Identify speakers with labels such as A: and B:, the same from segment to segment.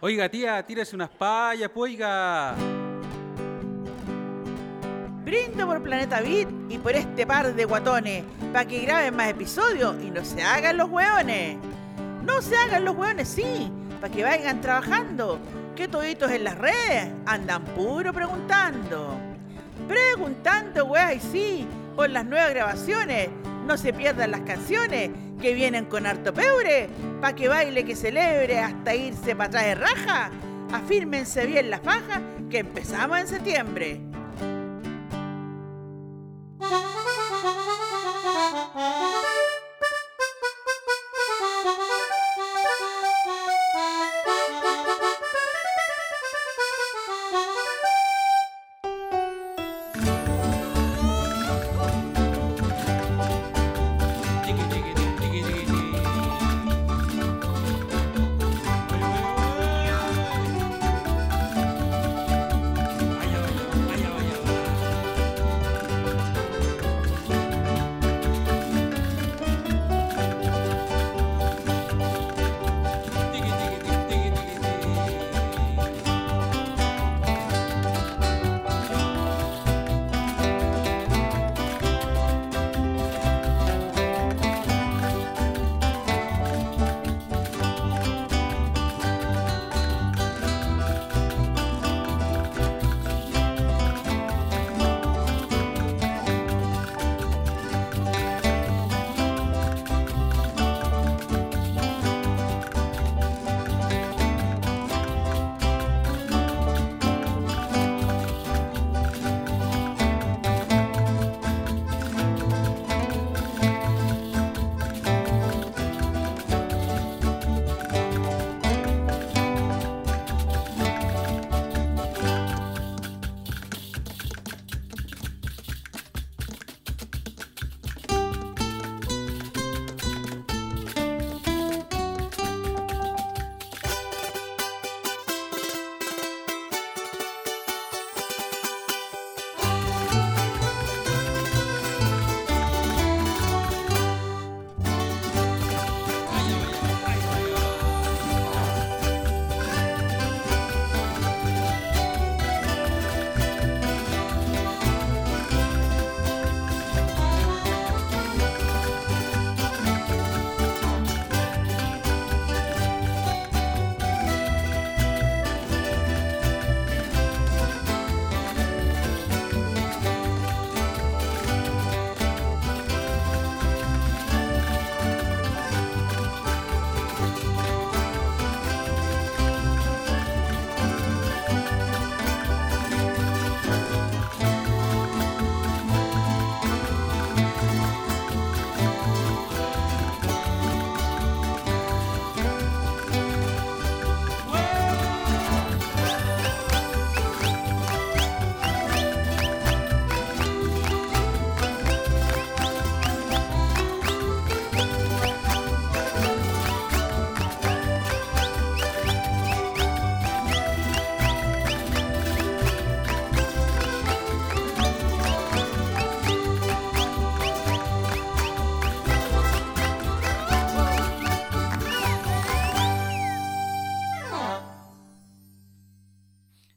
A: Oiga, tía, tírese unas payas, pues, oiga.
B: Brindo por Planeta Beat y por este par de guatones, para que graben más episodios y no se hagan los hueones. No se hagan los hueones, sí, para que vayan trabajando, que toditos en las redes andan puro preguntando. Preguntando, weas, y sí, por las nuevas grabaciones. No se pierdan las canciones que vienen con harto peure, pa' que baile, que celebre, hasta irse para atrás de raja. Afírmense bien las fajas que empezamos en septiembre.
A: Chiqui, chiqui, chiqui, chiqui, chiqui. Vaya, vaya, vaya, vaya. Tiki, tiki, tiki, tiki, tiki, tiki.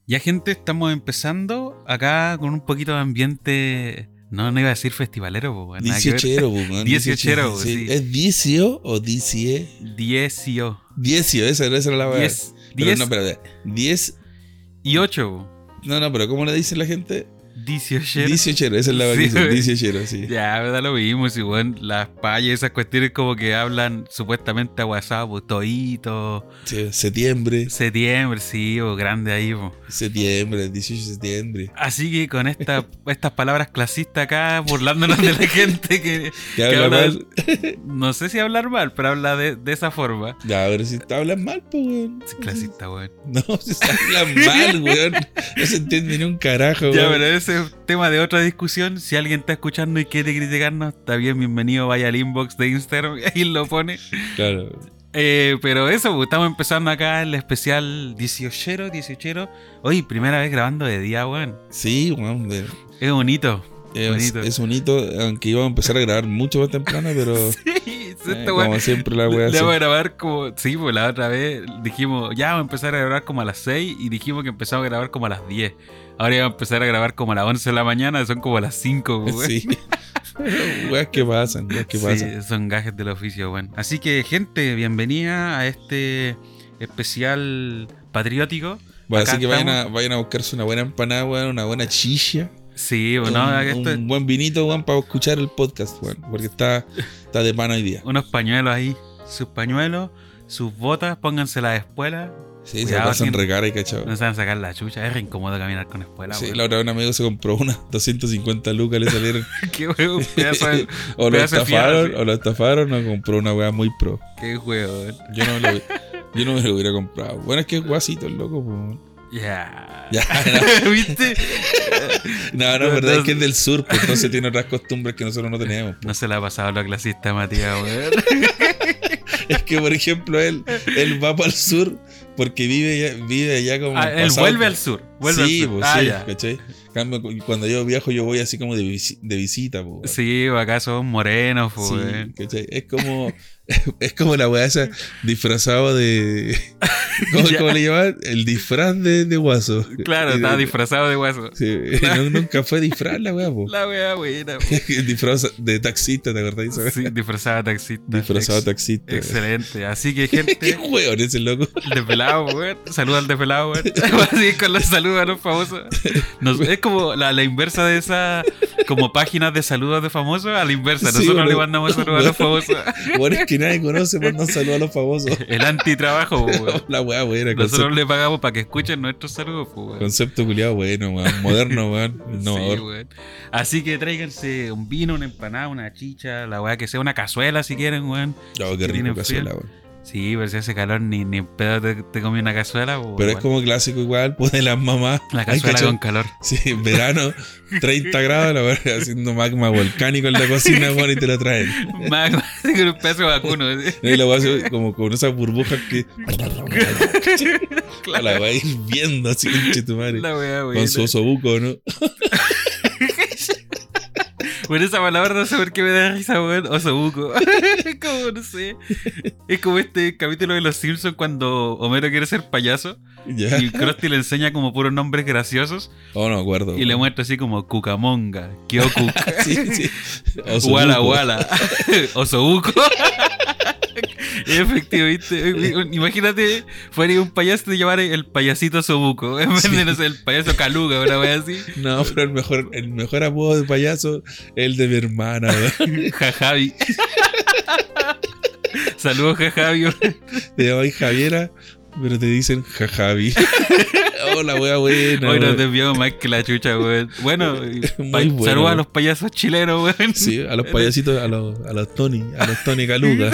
C: Ya gente, estamos empezando acá con un poquito de ambiente, no, no iba a decir festivalero, po, weón, nada que ver.
D: 18, pues, man.
C: Dieciochero, sí.
D: ¿Es diecio o diecie?
C: Diecio.
D: Diecio, esa, esa era la verdad.
C: Diez,
D: Pero
C: diez
D: no, espérate. Diez.
C: y ocho, po.
D: No, no, pero ¿cómo le dice la gente?
C: Dieciochero.
D: Dieciochero, esa es la
C: Sí,
D: verdad.
C: güey.
D: Dieciochero, sí.
C: Ya, verdad lo vimos, y weón, las payas, esas cuestiones como que hablan supuestamente a WhatsApp, po, toito,
D: Sí, Septiembre,
C: septiembre, sí, o grande ahí, po.
D: septiembre, 18 de septiembre.
C: Así que con esta, estas palabras clasistas acá, burlándonos de la gente que
D: ¿Te
C: Que
D: habla
C: hablan-
D: mal?
C: no sé si hablar mal, pero habla de, de esa forma.
D: Ya, pero si te hablan mal, pues, weón.
C: Es clasista, weón.
D: No, si te hablan mal, weón. No se entiende ni un carajo,
C: Ya,
D: weón.
C: pero ese es tema de otra discusión. Si alguien está escuchando y quiere criticarnos, está bien, bienvenido, vaya al inbox de Instagram y ahí lo pone.
D: Claro.
C: Eh, pero eso, pues, estamos empezando acá el especial 18, 18. Hoy, primera vez grabando de día, weón.
D: Sí, weón. de-
C: Es bonito.
D: Es,
C: Bonito.
D: es un hito, aunque iba a empezar a grabar mucho más temprano, pero
C: Sí,
D: Eh,
C: Esta wea-
D: como siempre la wea
C: Le
D: así.
C: vamos a grabar como. Sí, pues la otra vez dijimos, ya vamos a empezar a grabar como a las 6 y dijimos que empezamos a grabar como a las 10. Ahora ya vamos a empezar a grabar como a las 11 de la mañana, son como a las 5, güey.
D: Sí. Weas que pasan, weas que
C: Sí,
D: pasan.
C: son gajes del oficio, güey. Así que, gente, bienvenida a este especial patriótico.
D: Bueno,
C: Acá
D: así que vayan a,
C: estamos.
D: vayan a buscarse una buena empanada, weón, una buena chicha.
C: Sí, pues,
D: un,
C: bueno, esto es
D: un buen vinito, weón, para escuchar el podcast, weón. Porque está, está de pan hoy día.
C: unos pañuelos ahí, sus pañuelos, sus botas, pónganse las espuelas.
D: Sí, se
C: Cuidado,
D: pasan
C: sin-
D: recara y cachado.
C: No se van a sacar la chucha, es re incómodo caminar con espuelas,
D: Sí,
C: güey.
D: la otra vez un amigo se compró una 250 lucas, le salieron.
C: Qué weón, pedazo de-
D: o lo
C: Pedazo de
D: estafaron,
C: fiado, sí.
D: o lo estafaron, o compró una wea muy pro.
C: Qué weón.
D: Yo no, me lo, yo no me lo hubiera comprado. Bueno, es que es guasito el loco, po, weón.
C: Ya.
D: Ya,
C: ¿Viste?
D: No, no,
C: No,
D: es verdad
C: no.
D: es que es del sur, pues entonces tiene otras costumbres que nosotros no tenemos.
C: No se la ha pasado a la clasista, Matías, weón.
D: Es que, por ejemplo, él, él va para el sur porque vive allá, vive allá como.
C: Ah, él
D: pasado,
C: vuelve
D: pues.
C: al sur. Vuelve
D: sí,
C: al sur.
D: pues,
C: ah,
D: sí,
C: ya.
D: ¿cachai? Cambio, cu- cuando yo viajo, yo voy así como de, visi- de visita, po, weón.
C: Sí, pues, acá son morenos, pues,
D: Sí,
C: weón.
D: ¿cachai? Es como, es como la weá esa disfrazado de. ¿Cómo,
C: Ya.
D: cómo le llaman? El disfraz de, de guaso.
C: Claro,
D: Eh,
C: estaba disfrazado de guaso.
D: sí, no- nunca fue disfraz la weá, po.
C: La weá, buena. po.
D: El disfraz de taxista, ¿te acordás? de esa
C: Sí,
D: weá?
C: disfrazado de taxista.
D: Disfrazado
C: Ex-
D: de taxista.
C: Excelente. Así que,
D: Qué
C: gente,
D: weón ese loco.
C: el desvelado, weón. Saluda al desvelado, weón. Vamos a seguir con los saludos a los famosos. Nos- es como la, la inversa de esa, como páginas de saludos de famosos, a la inversa.
D: Sí,
C: Nosotros le
D: weón.
C: mandamos saludos a los famosos.
D: Bueno, es que nadie conoce, pues no saluda a los famosos.
C: El antitrabajo, weón.
D: La weá buena,
C: Nosotros
D: concepto,
C: le pagamos para que escuchen nuestros saludos, pues, weón.
D: concepto culiado bueno, weón. Moderno, weón.
C: Sí,
D: Innovador.
C: weón. Así que tráiganse un vino, una empanada, una chicha, la weá que sea, una cazuela si quieren, weón.
D: No, qué
C: Que tienen
D: rico cazuela, weón.
C: Sí, pero si hace calor ni, ni en pedo te, te comí una cazuela, pues,
D: Pero es
C: weón.
D: como clásico igual, pues de las mamás.
C: La
D: Ay,
C: cazuela
D: cacho,
C: con calor.
D: Sí, en verano, 30 grados, la verdad, haciendo magma volcánico en la cocina, weón, y te la traen.
C: Más así con un pedazo de vacuno. así.
D: No, Y la weá así como con esas burbujas que.
C: Claro,
D: La weá hirviendo así, pinche tu madre.
C: la weá, weón.
D: Con su osobuco, ¿no?
C: Bueno, esa palabra no sé por qué me da risa, weón. Osobuco. como, no sé. Es como este capítulo de Los Simpsons cuando Homero quiere ser payaso
D: Ya.
C: y Krusty le enseña como puros nombres graciosos.
D: Oh, no, acuerdo.
C: Y le
D: weón.
C: muestra así como Cucamonga, Kyoku,
D: Sí, sí. Osobuco.
C: Wala Wala, Osobuco. Y Efectivamente, imagínate, fuera un payaso te llamara el payasito Osobuco, en vez de, no sé, el payaso Caluga, una wea así.
D: No, pero el mejor, el mejor apodo de payaso es el de mi hermana, weón.
C: Jajavi. Saludos, Jajavi.
D: Te llamas Javiera, pero te dicen jajavi. Oh, la wea buena.
C: Hoy nos
D: weón.
C: desviamos más que la chucha, weón. Bueno, pa-
D: Muy bueno,
C: saludos a
D: weón.
C: los payasos chilenos, weón.
D: Sí, a los payasitos, a los, a los Tony, a los Tony Caluga.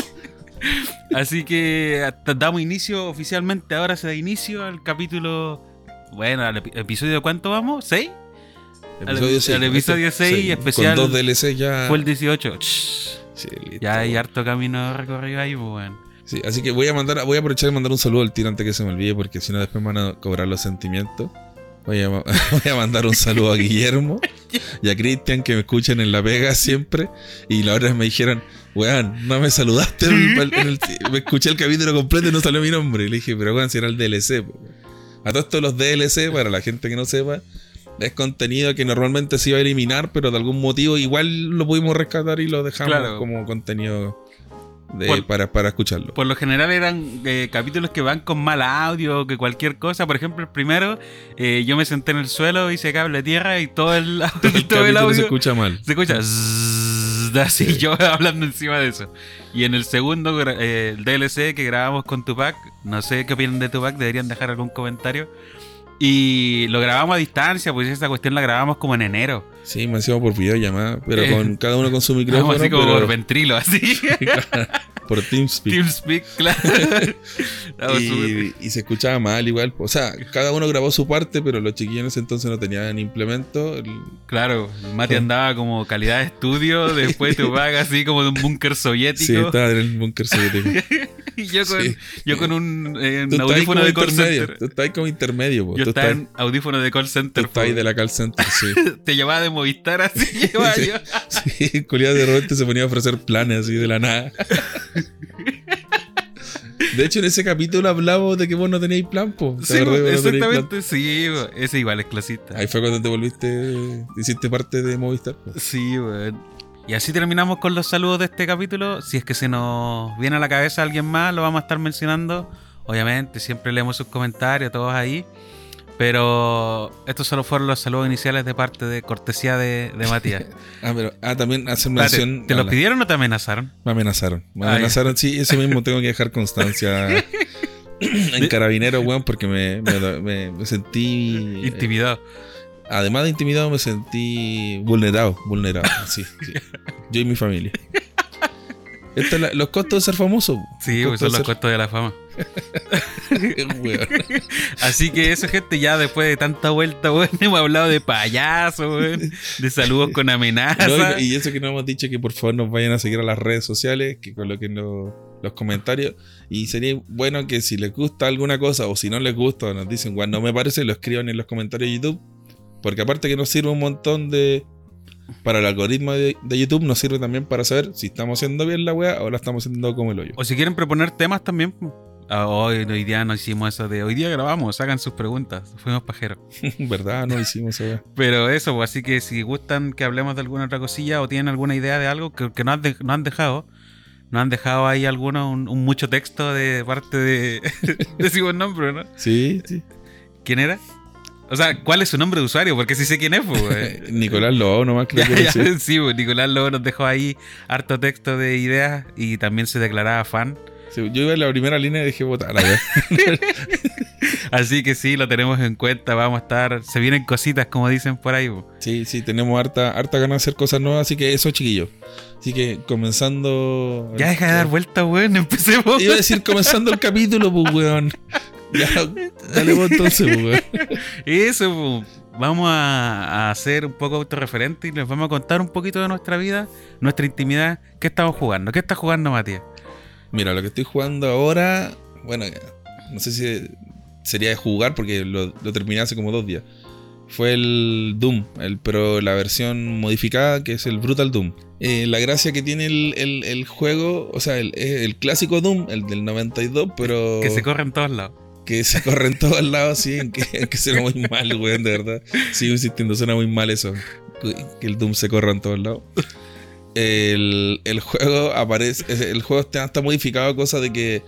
C: Así que hasta damos inicio oficialmente, ahora se da inicio al capítulo. Bueno, al epi- episodio cuánto vamos? ¿Seis? Al-
D: seis,
C: al episodio
D: este,
C: seis,
D: sí,
C: especial-
D: Con dos DLC ya.
C: Fue el 18. Ch,
D: Sí, listo,
C: ya hay
D: weón.
C: harto camino recorrido ahí, pues, weón.
D: Sí, así que voy a mandar, voy a aprovechar y mandar un saludo al tiro antes que se me olvide, porque si no después me van a cobrar los sentimientos. Voy a, ma- voy a mandar un saludo a Guillermo y a Cristian que me escuchan en La Vega siempre. Y la otra vez me dijeron, weón, no me saludaste. en el- en el- me escuché el capítulo completo y no salió mi nombre. Y le dije, pero weón, si era el DLC. po". A todos estos los DLC, para la gente que no sepa, es contenido que normalmente se iba a eliminar, pero de algún motivo igual lo pudimos rescatar y lo dejamos
C: Claro.
D: como contenido de-
C: Por-
D: para, para escucharlo.
C: Por lo general eran eh, capítulos que van con mal audio, que cualquier cosa. Por ejemplo, el primero, eh, yo me senté en el suelo, hice cable de tierra y todo el,
D: el
C: todo el
D: capítulo
C: audio.
D: se escucha mal.
C: Se escucha zzzz, así yo hablando encima de eso. Y en el segundo, gra- eh, el DLC que grabamos con Tupac, no sé qué opinan de Tupac, deberían dejar algún comentario. Y lo grabamos a distancia, pues esa cuestión la grabamos como en enero.
D: Sí, me encima por videollamada, pero
C: Eh,
D: con cada uno con su micrófono.
C: Grabamos así como
D: pero
C: por ventrilo, así.
D: por TeamSpeak.
C: TeamSpeak, claro. Grabamos
D: y, y se escuchaba mal igual. O sea, cada uno grabó su parte, pero los chiquillos en ese entonces no tenían implemento. El-
C: su- claro, el Mati andaba como calidad de estudio, después Tupac así como de un búnker
D: Sí,
C: soviético.
D: estaba en el búnker soviético.
C: y yo con,
D: sí.
C: yo con un, eh, un
D: Tú estás ahí
C: audífono
D: como
C: de call
D: intermedio.
C: center.
D: Tú estás ahí como intermedio, po.
C: Yo
D: Tú
C: estaba
D: estás,
C: en audífono de call
D: tú
C: center.
D: estás ahí
C: po.
D: de la call center, sí.
C: Te llamaba de Movistar así, llevaba yo.
D: Sí, el culiao de repente se ponía a ofrecer planes así de la nada. De hecho, en ese capítulo hablamos de que vos no tenéis plan, po. ¿Te
C: Sí,
D: acordás que vos no teníais plan?
C: exactamente, sí, bo. ese igual es clasista.
D: Ahí fue cuando te volviste, hiciste parte de Movistar. pues. po.
C: Sí, weón. Y así terminamos con los saludos de este capítulo. Si es que se nos viene a la cabeza alguien más, lo vamos a estar mencionando. Obviamente, siempre leemos sus comentarios, todos ahí. Pero estos solo fueron los saludos iniciales de parte de cortesía de, de Matías.
D: Ah, pero ah, también hacer
C: Espérate,
D: mención.
C: ¿Te lo
D: ala,
C: pidieron o te amenazaron?
D: Me amenazaron. Me
C: Ah, ya.
D: amenazaron, sí, eso mismo tengo que dejar constancia. En carabinero, weón, porque me, me- me- me sentí. eh,
C: Intimidado.
D: Además de intimidado, me sentí vulnerado, vulnerado, sí, sí. Yo y mi familia. Esto es la- los costos de ser famoso.
C: Sí, pues, son los
D: costos.
C: costos de la fama.
D: de ser- Weón.
C: Así que eso, gente, ya después de tanta vuelta, weón, hemos hablado de payaso, weón, de saludos con amenazas.
D: No, y, y eso que no hemos dicho que por favor nos vayan a seguir a las redes sociales, que coloquen lo- los comentarios. Y sería bueno que si les gusta alguna cosa o si no les gusta, o nos dicen, "Guau, no me parece, lo escriban en los comentarios de YouTube. Porque aparte que nos sirve un montón de. Para el algoritmo de, de YouTube, nos sirve también para saber si estamos haciendo bien la weá o la estamos haciendo como el hoyo.
C: O si quieren proponer temas también. po. Ah, hoy, hoy día no hicimos eso de hoy día grabamos, hagan sus preguntas, fuimos pajeros.
D: ¿Verdad? No hicimos esa weá.
C: Pero eso, po, así que si gustan que hablemos de alguna otra cosilla o tienen alguna idea de algo que, que no, han de- no han dejado, no han dejado ahí alguno, un, un mucho texto de parte de. Decimos nombre, ¿no?
D: Sí, sí.
C: ¿Quién era? O sea, ¿cuál es su nombre de usuario? Porque sí sé quién es, pues.
D: Eh, Nicolás Lobo nomás creo
C: Ya,
D: que
C: ya,
D: decía.
C: sí, pues, Nicolás luego nos dejó ahí harto texto de ideas y también se declaraba fan.
D: Sí, Yo iba en la primera línea y dejé votar. la weá.
C: Así que sí, lo tenemos en cuenta, vamos a estar, se vienen cositas como dicen por ahí. po.
D: Sí, sí, tenemos harta, harta ganas de hacer cosas nuevas, así que eso, chiquillos. Así que comenzando.
C: Ya deja de dar vueltas, weón, empecemos.
D: Iba a decir comenzando el capítulo, pues, weón. Ya, dale vos entonces, pues, weón.
C: Eso, po. vamos a, a ser un poco autorreferente y les vamos a contar un poquito de nuestra vida, nuestra intimidad, qué estamos jugando, qué está jugando Matías.
D: Mira, lo que estoy jugando ahora. Bueno, no sé si sería de jugar porque lo, lo terminé hace como dos días. Fue el Doom, el, pero la versión modificada que es el Brutal Doom. Eh, la gracia que tiene el, el- el juego, o sea, el, el clásico Doom, el del 92, pero.
C: Que se corre en todos lados.
D: que se corren todos lados, sí, en que, en que suena muy mal, weón, de verdad. Sigo insistiendo, suena muy mal eso. Que que el Doom se corra en todos lados. El, el juego aparece. es- El juego está, está modificado, cosa de que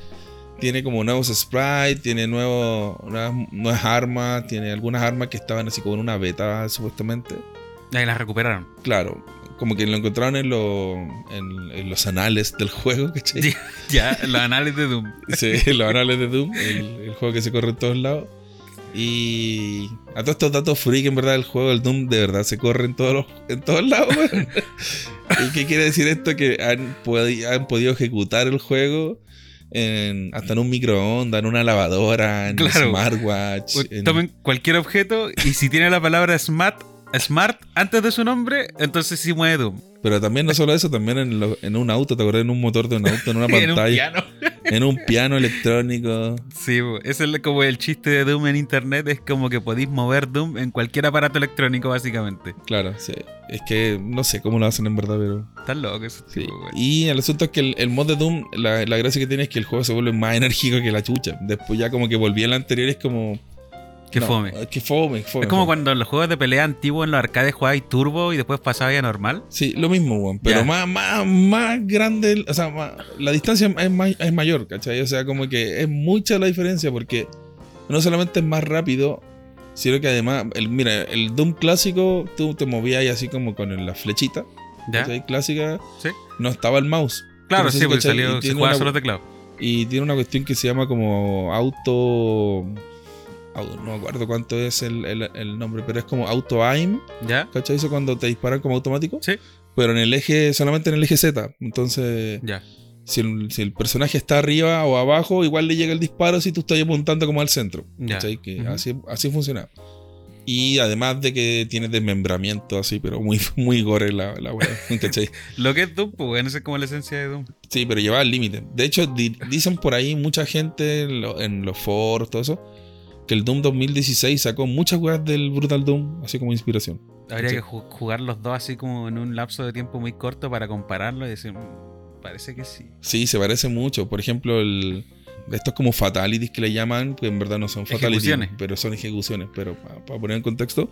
D: tiene como nuevos sprites, tiene nuevos, nuevas, nuevas armas, tiene algunas armas que estaban así como en una beta, supuestamente.
C: Ahí las recuperaron.
D: Claro, como que lo encontraron en, lo- en- en los anales del juego, ¿cachai?
C: Sí. Ya, los análisis de Doom.
D: Sí, los anales de Doom, el, el juego que se corre en todos lados. Y a todos estos datos freak, en verdad, el juego del Doom de verdad se corre en todos, los- en todos lados. weón. ¿Y qué quiere decir esto? Que han, podi- han podido ejecutar el juego en- hasta en un microondas, en una lavadora, en
C: Claro.
D: un smartwatch. en-
C: Tomen cualquier objeto y si tiene la palabra smart, smart antes de su nombre, entonces sí mueve Doom.
D: Pero también no solo eso, también en, lo- en un auto, ¿te acordás? En un motor de un auto, en una
C: En un
D: pantalla,
C: piano.
D: en un piano electrónico.
C: Sí, bo, ese es como el chiste de Doom en internet, es como que podéis mover Doom en cualquier aparato electrónico básicamente.
D: Claro, sí. es que no sé cómo lo hacen en verdad, pero...
C: Están locos esos
D: Sí.
C: tipos, güey.
D: Y el asunto es que el, el mod de Doom, la, la gracia que tiene es que el juego se vuelve más enérgico que la chucha. Después ya como que volví al anterior y es como...
C: Qué
D: no,
C: fome.
D: eh, Que fome, fome.
C: Es como
D: fome.
C: cuando en los juegos de pelea antiguos en los arcades jugabais turbo y después pasabais a normal.
D: Sí, lo mismo, weón. Pero
C: Ya.
D: más, más, más grande, el- o sea, más- la distancia es, ma- es mayor, ¿cachai? O sea, como que es mucha la diferencia porque no solamente es más rápido, sino que además, el, mira, el Doom clásico, tú te movías ahí así como con la flechita,
C: ¿Ya?
D: ¿cachai? Clásica,
C: Sí.
D: no estaba el mouse.
C: Claro,
D: Pero
C: sí, porque
D: ¿cachai? Y
C: salió, se
D: tiene
C: jugaba
D: una-
C: solo teclado.
D: Y tiene una cuestión que se llama como auto. au- No me acuerdo cuánto es el, el- el nombre, pero es como auto aim.
C: ¿Ya?
D: ¿Cachai? Eso cuando te disparan como automático.
C: Sí.
D: Pero en el eje, solamente en el eje Z. Entonces,
C: Ya.
D: si el, si el personaje está arriba o abajo, igual le llega el disparo si tú estás apuntando como al centro.
C: Ya.
D: ¿Cachai? Que
C: Ujú.
D: así, así funciona. Y además de que tiene desmembramiento así, pero muy, muy gore la, la weá, ¿Cachai?
C: Lo que es Doom, pues, bueno, esa es como la esencia de Doom.
D: Sí, pero lleva al límite. De hecho, di- dicen por ahí mucha gente en, lo- en los foros, todo eso, que el Doom 2016 sacó muchas weas del Brutal Doom, así como inspiración.
C: Habría
D: Sí.
C: que ju- jugar los dos así como en un lapso de tiempo muy corto para compararlo y decir, "Mm, Parece que sí.
D: Sí, se parece mucho. Por ejemplo, el, estos como fatalities que le llaman, que en verdad no son fatalities,
C: Ejecuciones.
D: pero son ejecuciones. Pero para poner en contexto,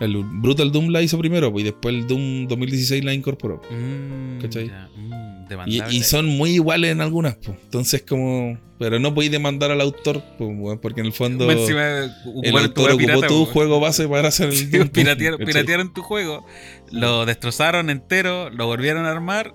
D: el Brutal Doom la hizo primero pues, y después el Doom 2016 la incorporó.
C: Mm,
D: ¿Cachai?
C: ya, mm,
D: Y,
C: demandable.
D: y son muy iguales en algunas, pues. Entonces, como. Pero no podéis demandar al autor, pues, weón, porque en el fondo.
C: Más encima,
D: El
C: ocupar tu
D: autor
C: wea
D: ocupó
C: pirata, pues,
D: tu
C: weón.
D: juego base para hacer el.
C: Sí,
D: Doom, pues,
C: piratearon,
D: ¿cachai?
C: piratearon tu juego, lo destrozaron entero, lo volvieron a armar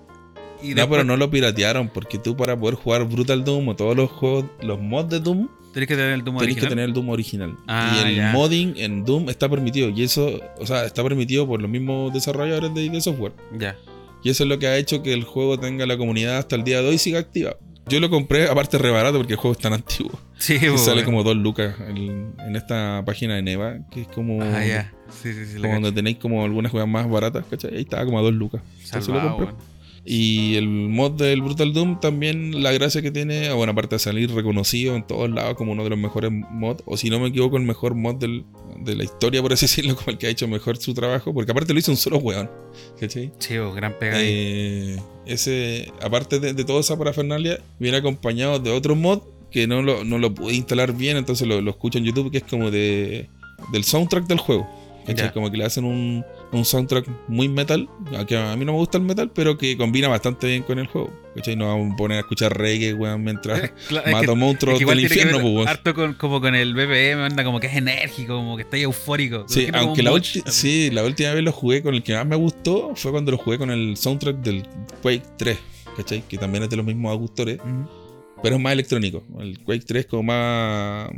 C: y
D: No,
C: después
D: pero no lo piratearon, porque tú para poder jugar Brutal Doom o todos los juegos, los mods de Doom,
C: tenés que tener el Doom
D: tenés que
C: original.
D: tener el Doom original.
C: Ah,
D: y el
C: ya.
D: modding en Doom está permitido. Y eso, o sea, está permitido por los mismos desarrolladores de, de software.
C: Ya.
D: Y eso es lo que ha hecho que el juego tenga la comunidad hasta el día de hoy y siga activa. Yo lo compré, aparte re barato, porque el juego es tan antiguo.
C: Sí,
D: Que
C: po,
D: sale
C: weón.
D: como dos lucas en, en esta página de Neva, que es como,
C: Ah, ya. Sí, sí, sí. la
D: como
C: cacho.
D: donde tenéis como algunas juegas más baratas, ¿cachai? Ahí estaba como a dos lucas. Entonces lo
C: Salvado,
D: compré.
C: weón.
D: Y el mod del Brutal Doom también la gracia que tiene, ah, bueno, aparte de salir reconocido en todos lados como uno de los mejores mods, o si no me equivoco, el mejor mod del- de la historia, por así decirlo, como el que ha hecho mejor su trabajo, porque aparte lo hizo un solo weón, ¿cachai?
C: Sí, po, gran pega ahí.
D: Eh, ese, aparte de, de toda esa parafernalia, viene acompañado de otro mod que no lo, no lo pude instalar bien, entonces lo, lo escucho en YouTube, que es como de del soundtrack del juego. ¿cachai?
C: Ya.
D: Como que le hacen un, un soundtrack muy metal, a que a mí no me gusta el metal, pero que combina bastante bien con el juego. ¿cachai? No vamos a poner a escuchar reggae, weón, mientras
C: Claro, es que-
D: mato monstruos
C: es que igual
D: del
C: tiene que
D: infierno,
C: ver
D: pues, weón.
C: Harto con, como con el BPM, anda como que es enérgico, como que está ahí eufórico.
D: Sí,
C: Imagino como
D: aunque
C: un
D: la,
C: moch-
D: ulti- sí, la última vez lo jugué con el que más me gustó fue cuando lo jugué con el soundtrack del Quake 3, ¿cachai? Que también es de los mismos autores.
C: Ujú.
D: Pero es más electrónico. El Quake 3 como más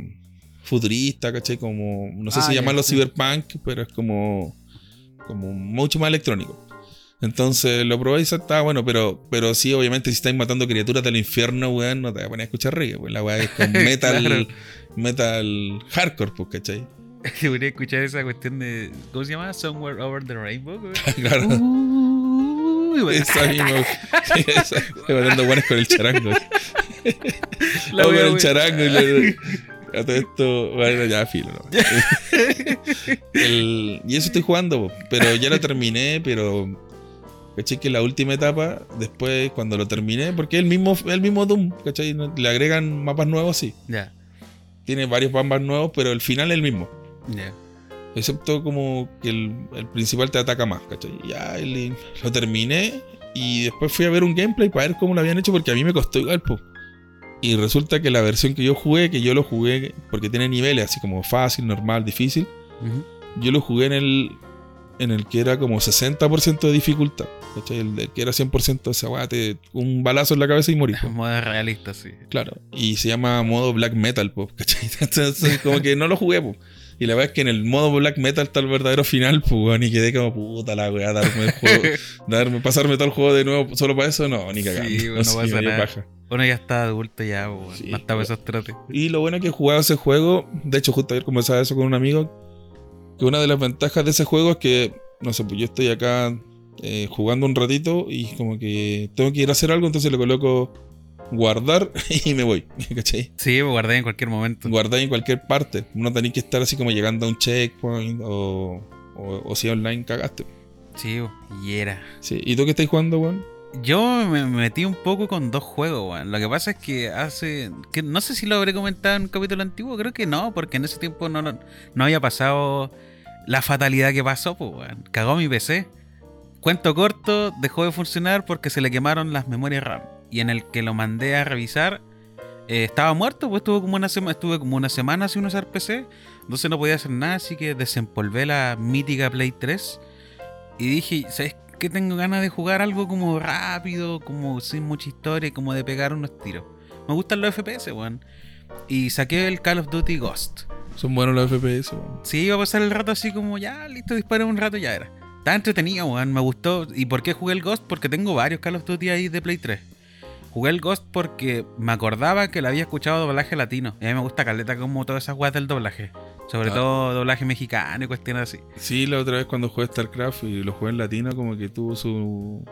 D: futurista, ¿cachai? Como, no sé
C: Ah,
D: si
C: ya,
D: llamarlo
C: sí.
D: cyberpunk, pero es como, como mucho más electrónico. Entonces lo probé y se- está bueno, pero, pero sí, obviamente, si estáis matando criaturas del infierno, weón, no te vas a poner a escuchar reggae, pues la weá es con metal,
C: Claro.
D: metal hardcore, pues, ¿cachai?
C: Debería escuchar esa cuestión de. ¿Cómo se llama? Somewhere Over the Rainbow. weón.
D: claro.
C: Uy, weón.
D: Esa misma. sí, esa. Estoy matando buenas con el charango.
C: La wea,
D: Oh, con el
C: weón.
D: charango y le- a todo esto. Bueno, ya filo, no. El- y eso estoy jugando, po, pero ya lo terminé, pero. ¿Cachai? Que la última etapa, después cuando lo terminé, porque es el mismo, el mismo Doom, ¿cachai? Le agregan mapas nuevos, sí.
C: Ya,
D: Tiene varios mapas nuevos, pero el final es el mismo.
C: ya.
D: Excepto como que el, el principal te ataca más, ¿cachai? Ya el- lo terminé y después fui a ver un gameplay para ver cómo lo habían hecho porque a mí me costó igual, po. Y resulta que la versión que yo jugué, que yo lo jugué porque tiene niveles así como fácil, normal, difícil,
C: Ujú.
D: yo lo jugué en el en el que era como 60% de dificultad, ¿cachai? El de que era 100%, o sea, guau, te- un balazo en la cabeza y morí. po.
C: Modo realista, sí.
D: Claro. Y se llama modo black metal, po, ¿cachai? Entonces, como que no lo jugué, po. Y la verdad es que en el modo black metal está el verdadero final, pues, weón. Y quedé como, puta la weá, darme el juego. darme, pasarme todo el juego de nuevo solo para eso, no, ni
C: Sí,
D: cagando.
C: weón,
D: No,
C: no
D: sí,
C: pasa
D: me dio
C: nada.
D: paja.
C: Uno ya está adulto ya, weón.
D: Sí,
C: no está para esos trotes.
D: Y lo bueno es que he jugado ese juego. De hecho, justo ayer conversaba eso con un amigo. Que una de las ventajas de ese juego es que, no sé, pues yo estoy acá eh, jugando un ratito y como que tengo que ir a hacer algo, entonces le coloco guardar y me voy, ¿cachai?
C: Sí, pues, guardé en cualquier momento.
D: guardar en cualquier parte. No tenéis que estar así como llegando a un checkpoint o, o, o si online cagaste.
C: Sí, pues, y era.
D: Sí. ¿Y tú qué estáis jugando, weón?
C: Yo me metí un poco con dos juegos, weón. Lo que pasa es que hace. que no sé si lo habré comentado en un capítulo antiguo, creo que no, porque en ese tiempo no, lo- no había pasado la fatalidad que pasó, pues, weón. Cagó mi PC. Cuento corto, dejó de funcionar porque se le quemaron las memorias RAM. Y en el que lo mandé a revisar, eh, estaba muerto, pues estuve como una semana, estuve como una semana sin usar PC, entonces no podía hacer nada, así que desempolvé la mítica Play 3 y dije, ¿sabes qué? Tengo ganas de jugar algo como rápido, como sin mucha historia, como de pegar unos tiros. Me gustan los FPS, weón. Y saqué el Call of Duty Ghost.
D: Son buenos los FPS, weón.
C: Sí, iba a pasar el rato así como ya, listo, disparé un rato, ya era. Estaba entretenido, weón, me gustó. ¿Y por qué jugué el Ghost? Porque tengo varios Call of Duty ahí de Play 3. Jugué el Ghost porque me acordaba que le había escuchado doblaje latino. Y a mí me gusta caleta como todas esas weas del doblaje. Sobre
D: Ah.
C: todo doblaje mexicano y cuestiones así.
D: Sí, la otra vez cuando jugué StarCraft y lo jugué en latino, como que tuvo su,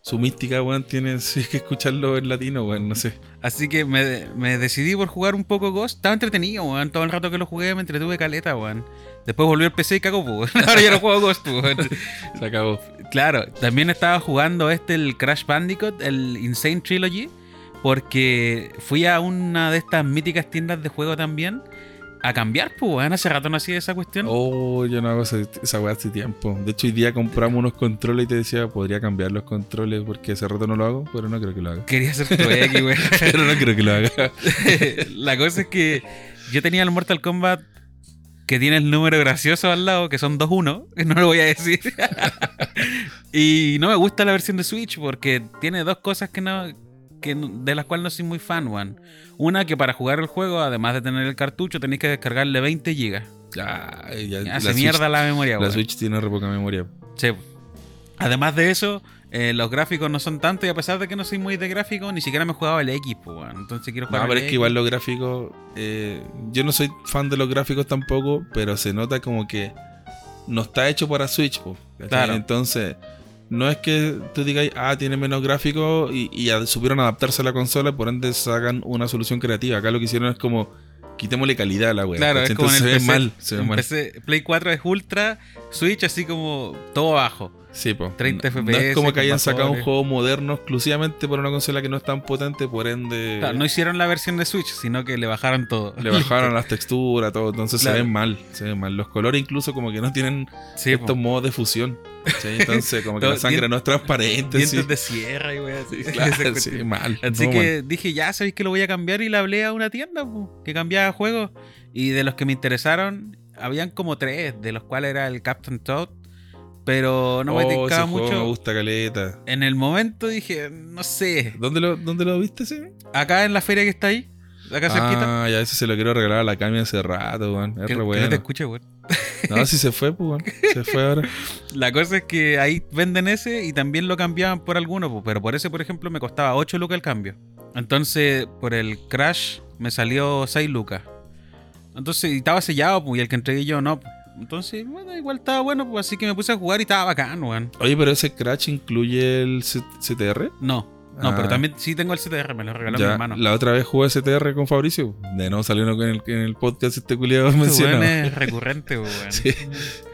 D: su mística, weón, tiene si es que escucharlo en latino, weón, no sé.
C: Así que me, me decidí por jugar un poco Ghost. Estaba entretenido, weón. Todo el rato que lo jugué me entretuve caleta, weón. Después volvió el PC y cagó, po, weón. Ahora ya no juego Ghost, weón.
D: Se acabó.
C: Claro, también estaba jugando este, el Crash Bandicoot, el Insane Trilogy, porque fui a una de estas míticas tiendas de juego también a cambiar, pues, weón. Hace rato no hacía esa cuestión.
D: Oh, yo no hago esa, esa weá hace tiempo. De hecho, hoy día compramos unos controles y te decía, podría cambiar los controles porque hace rato no lo hago, pero no creo que lo haga.
C: Quería hacer tu X, weón.
D: Pero no creo que lo haga.
C: La cosa es que yo tenía el Mortal Kombat que tiene el número gracioso al lado, que son 2-1, no lo voy a decir. y no me gusta la versión de Switch porque tiene dos cosas que no que no- de las cuales no soy muy fan, weón. Una que para jugar el juego, además de tener el cartucho, tenéis que descargarle 20 GB.
D: Ya, ya,
C: Hace mierda
D: Switch,
C: la memoria,
D: la
C: weón.
D: Switch tiene re poca memoria.
C: Sí. Además de eso, eh, los gráficos no son tanto y a pesar de que no soy muy de gráficos, ni siquiera me jugaba el X, pues, weón. Entonces quiero
D: No,
C: jugar
D: pero
C: al
D: es
C: X.
D: que igual los gráficos. eh, yo no soy fan de los gráficos tampoco, pero se nota como que no está hecho para Switch. po, ¿cachai?
C: Claro.
D: Entonces, no es que tú digas, ah, tiene menos gráficos y, y a- supieron adaptarse a la consola, por ende sacan una solución creativa. Acá lo que hicieron es como quitémosle calidad a la wea.
C: Claro,
D: ¿cachai?
C: es como en el
D: Entonces
C: PC.
D: se ve mal. Se ve
C: En
D: mal.
C: PC, Play 4 es ultra, Switch así como todo bajo.
D: Sí, po.
C: 30
D: No- No
C: FPS
D: es como que
C: con
D: hayan sacado un
C: motores.
D: juego moderno exclusivamente por una consola que no es tan potente, por ende.
C: Claro, no hicieron la versión de Switch, sino que le bajaron todo.
D: Le bajaron las texturas, todo. Entonces
C: Claro.
D: se ven mal. Se ven mal. Los colores incluso como que no tienen
C: Sí, po.
D: estos modos de fusión. ¿sí? Entonces como que
C: Todo-
D: la sangre
C: dien-
D: no es transparente.
C: dientes
D: sí.
C: de sierra y wey así. Esa
D: Claro, sí,
C: cuestión.
D: mal.
C: Así
D: no,
C: que
D: mal.
C: dije, ya sabéis que lo voy a cambiar y le hablé a una tienda po, que cambiaba juegos. Y de los que me interesaron, habían como tres, de los cuales era el Captain Toad. Pero no me
D: Oh,
C: tincaba
D: ese juego
C: mucho.
D: me gusta caleta.
C: En el momento dije, no sé.
D: ¿Dónde lo, dónde lo viste ese?
C: Acá en la feria que está ahí, acá cerquita.
D: Ah, ya ese se lo quiero regalar a la Cami hace rato, weón. Es
C: Que,
D: re
C: que
D: bueno.
C: no te escuche, weón.
D: No, si se fue, pues, weón. Se fue ahora.
C: La cosa es que ahí venden ese y también lo cambiaban por alguno, po, pero por ese, por ejemplo, me costaba 8 lucas el cambio. Entonces, por el Crash me salió 6 lucas. Entonces, y estaba sellado, pues, y el que entregué yo no. po. Entonces, bueno, igual estaba bueno, pues, así que me puse a jugar y estaba bacán, weón.
D: Oye, pero ese Crash incluye el C- CTR.
C: No, no,
D: Ah.
C: pero también sí tengo el CTR, me lo regaló mi
D: Ya,
C: hermano.
D: la otra vez jugué CTR con Fabricio. De no salió uno en el, en el podcast este culiado
C: Este weón
D: mencionado.
C: es recurrente, weón.
D: Sí.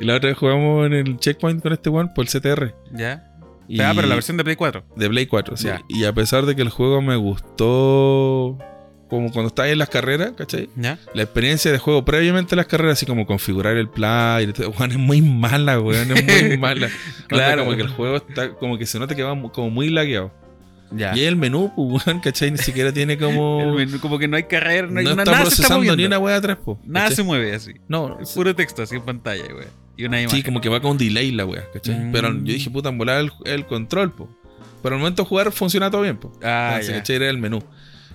D: Y la otra vez jugamos en el checkpoint con este one por el CTR.
C: Ya.
D: Y
C: Ah, pero la versión de Play 4.
D: de Play 4, sí.
C: Ya.
D: Y a pesar de que el juego me gustó como cuando estás en las carreras, ¿cachai?
C: ¿Ya?
D: La experiencia de juego previamente a las carreras, así como configurar el player, y todo, weón, es muy mala, weón, es muy mala.
C: Claro.
D: claro. como que el juego está, como que se nota que va mu- como muy lagueado.
C: Ya.
D: Y el menú, pues, weón, ¿cachai? Ni siquiera tiene como.
C: El menú, como que no hay carrera, no
D: no
C: hay
D: está
C: nada, nada se está
D: procesando ni
C: moviendo.
D: una wea atrás, po.
C: Nada
D: ¿cachai?
C: se mueve así.
D: No,
C: Es puro texto así en pantalla, güey. Y una imagen.
D: Sí, como que va con delay la wea, ¿cachai?
C: Mm.
D: Pero yo dije, puta, en volar el, el control, po. Pero al momento de jugar funciona todo bien, po.
C: Ah,
D: Entonces,
C: ya.
D: ¿cachai? Era el menú.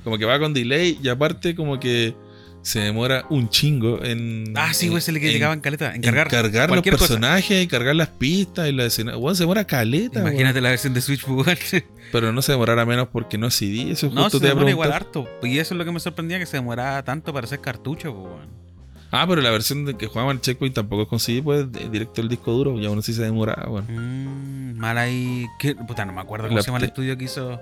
D: Como que va con delay y aparte como que se demora un chingo en...
C: Ah, sí, güey, se le
D: en-
C: llegaba en caleta.
D: en
C: Encargar.
D: cargar los
C: cualquier cosa.
D: personajes, y cargar las pistas y la escena. Weón, se demora caleta, weón.
C: Imagínate la versión de Switch, güey.
D: Pero no se demorará menos porque no es CD. Eso
C: No,
D: justo
C: se
D: te iba a
C: demora igual
D: preguntar.
C: harto. Y eso es lo que me sorprendía, que se demoraba tanto para hacer cartucho, güey.
D: Ah, pero la versión de que jugaba en Checkpoint tampoco es con CD, pues de- directo el disco duro. Y aún así se demoraba, weón.
C: Mm, mal ahí. ¿Qué? Puta, no me acuerdo cómo
D: La
C: se llama el
D: opti-
C: estudio que hizo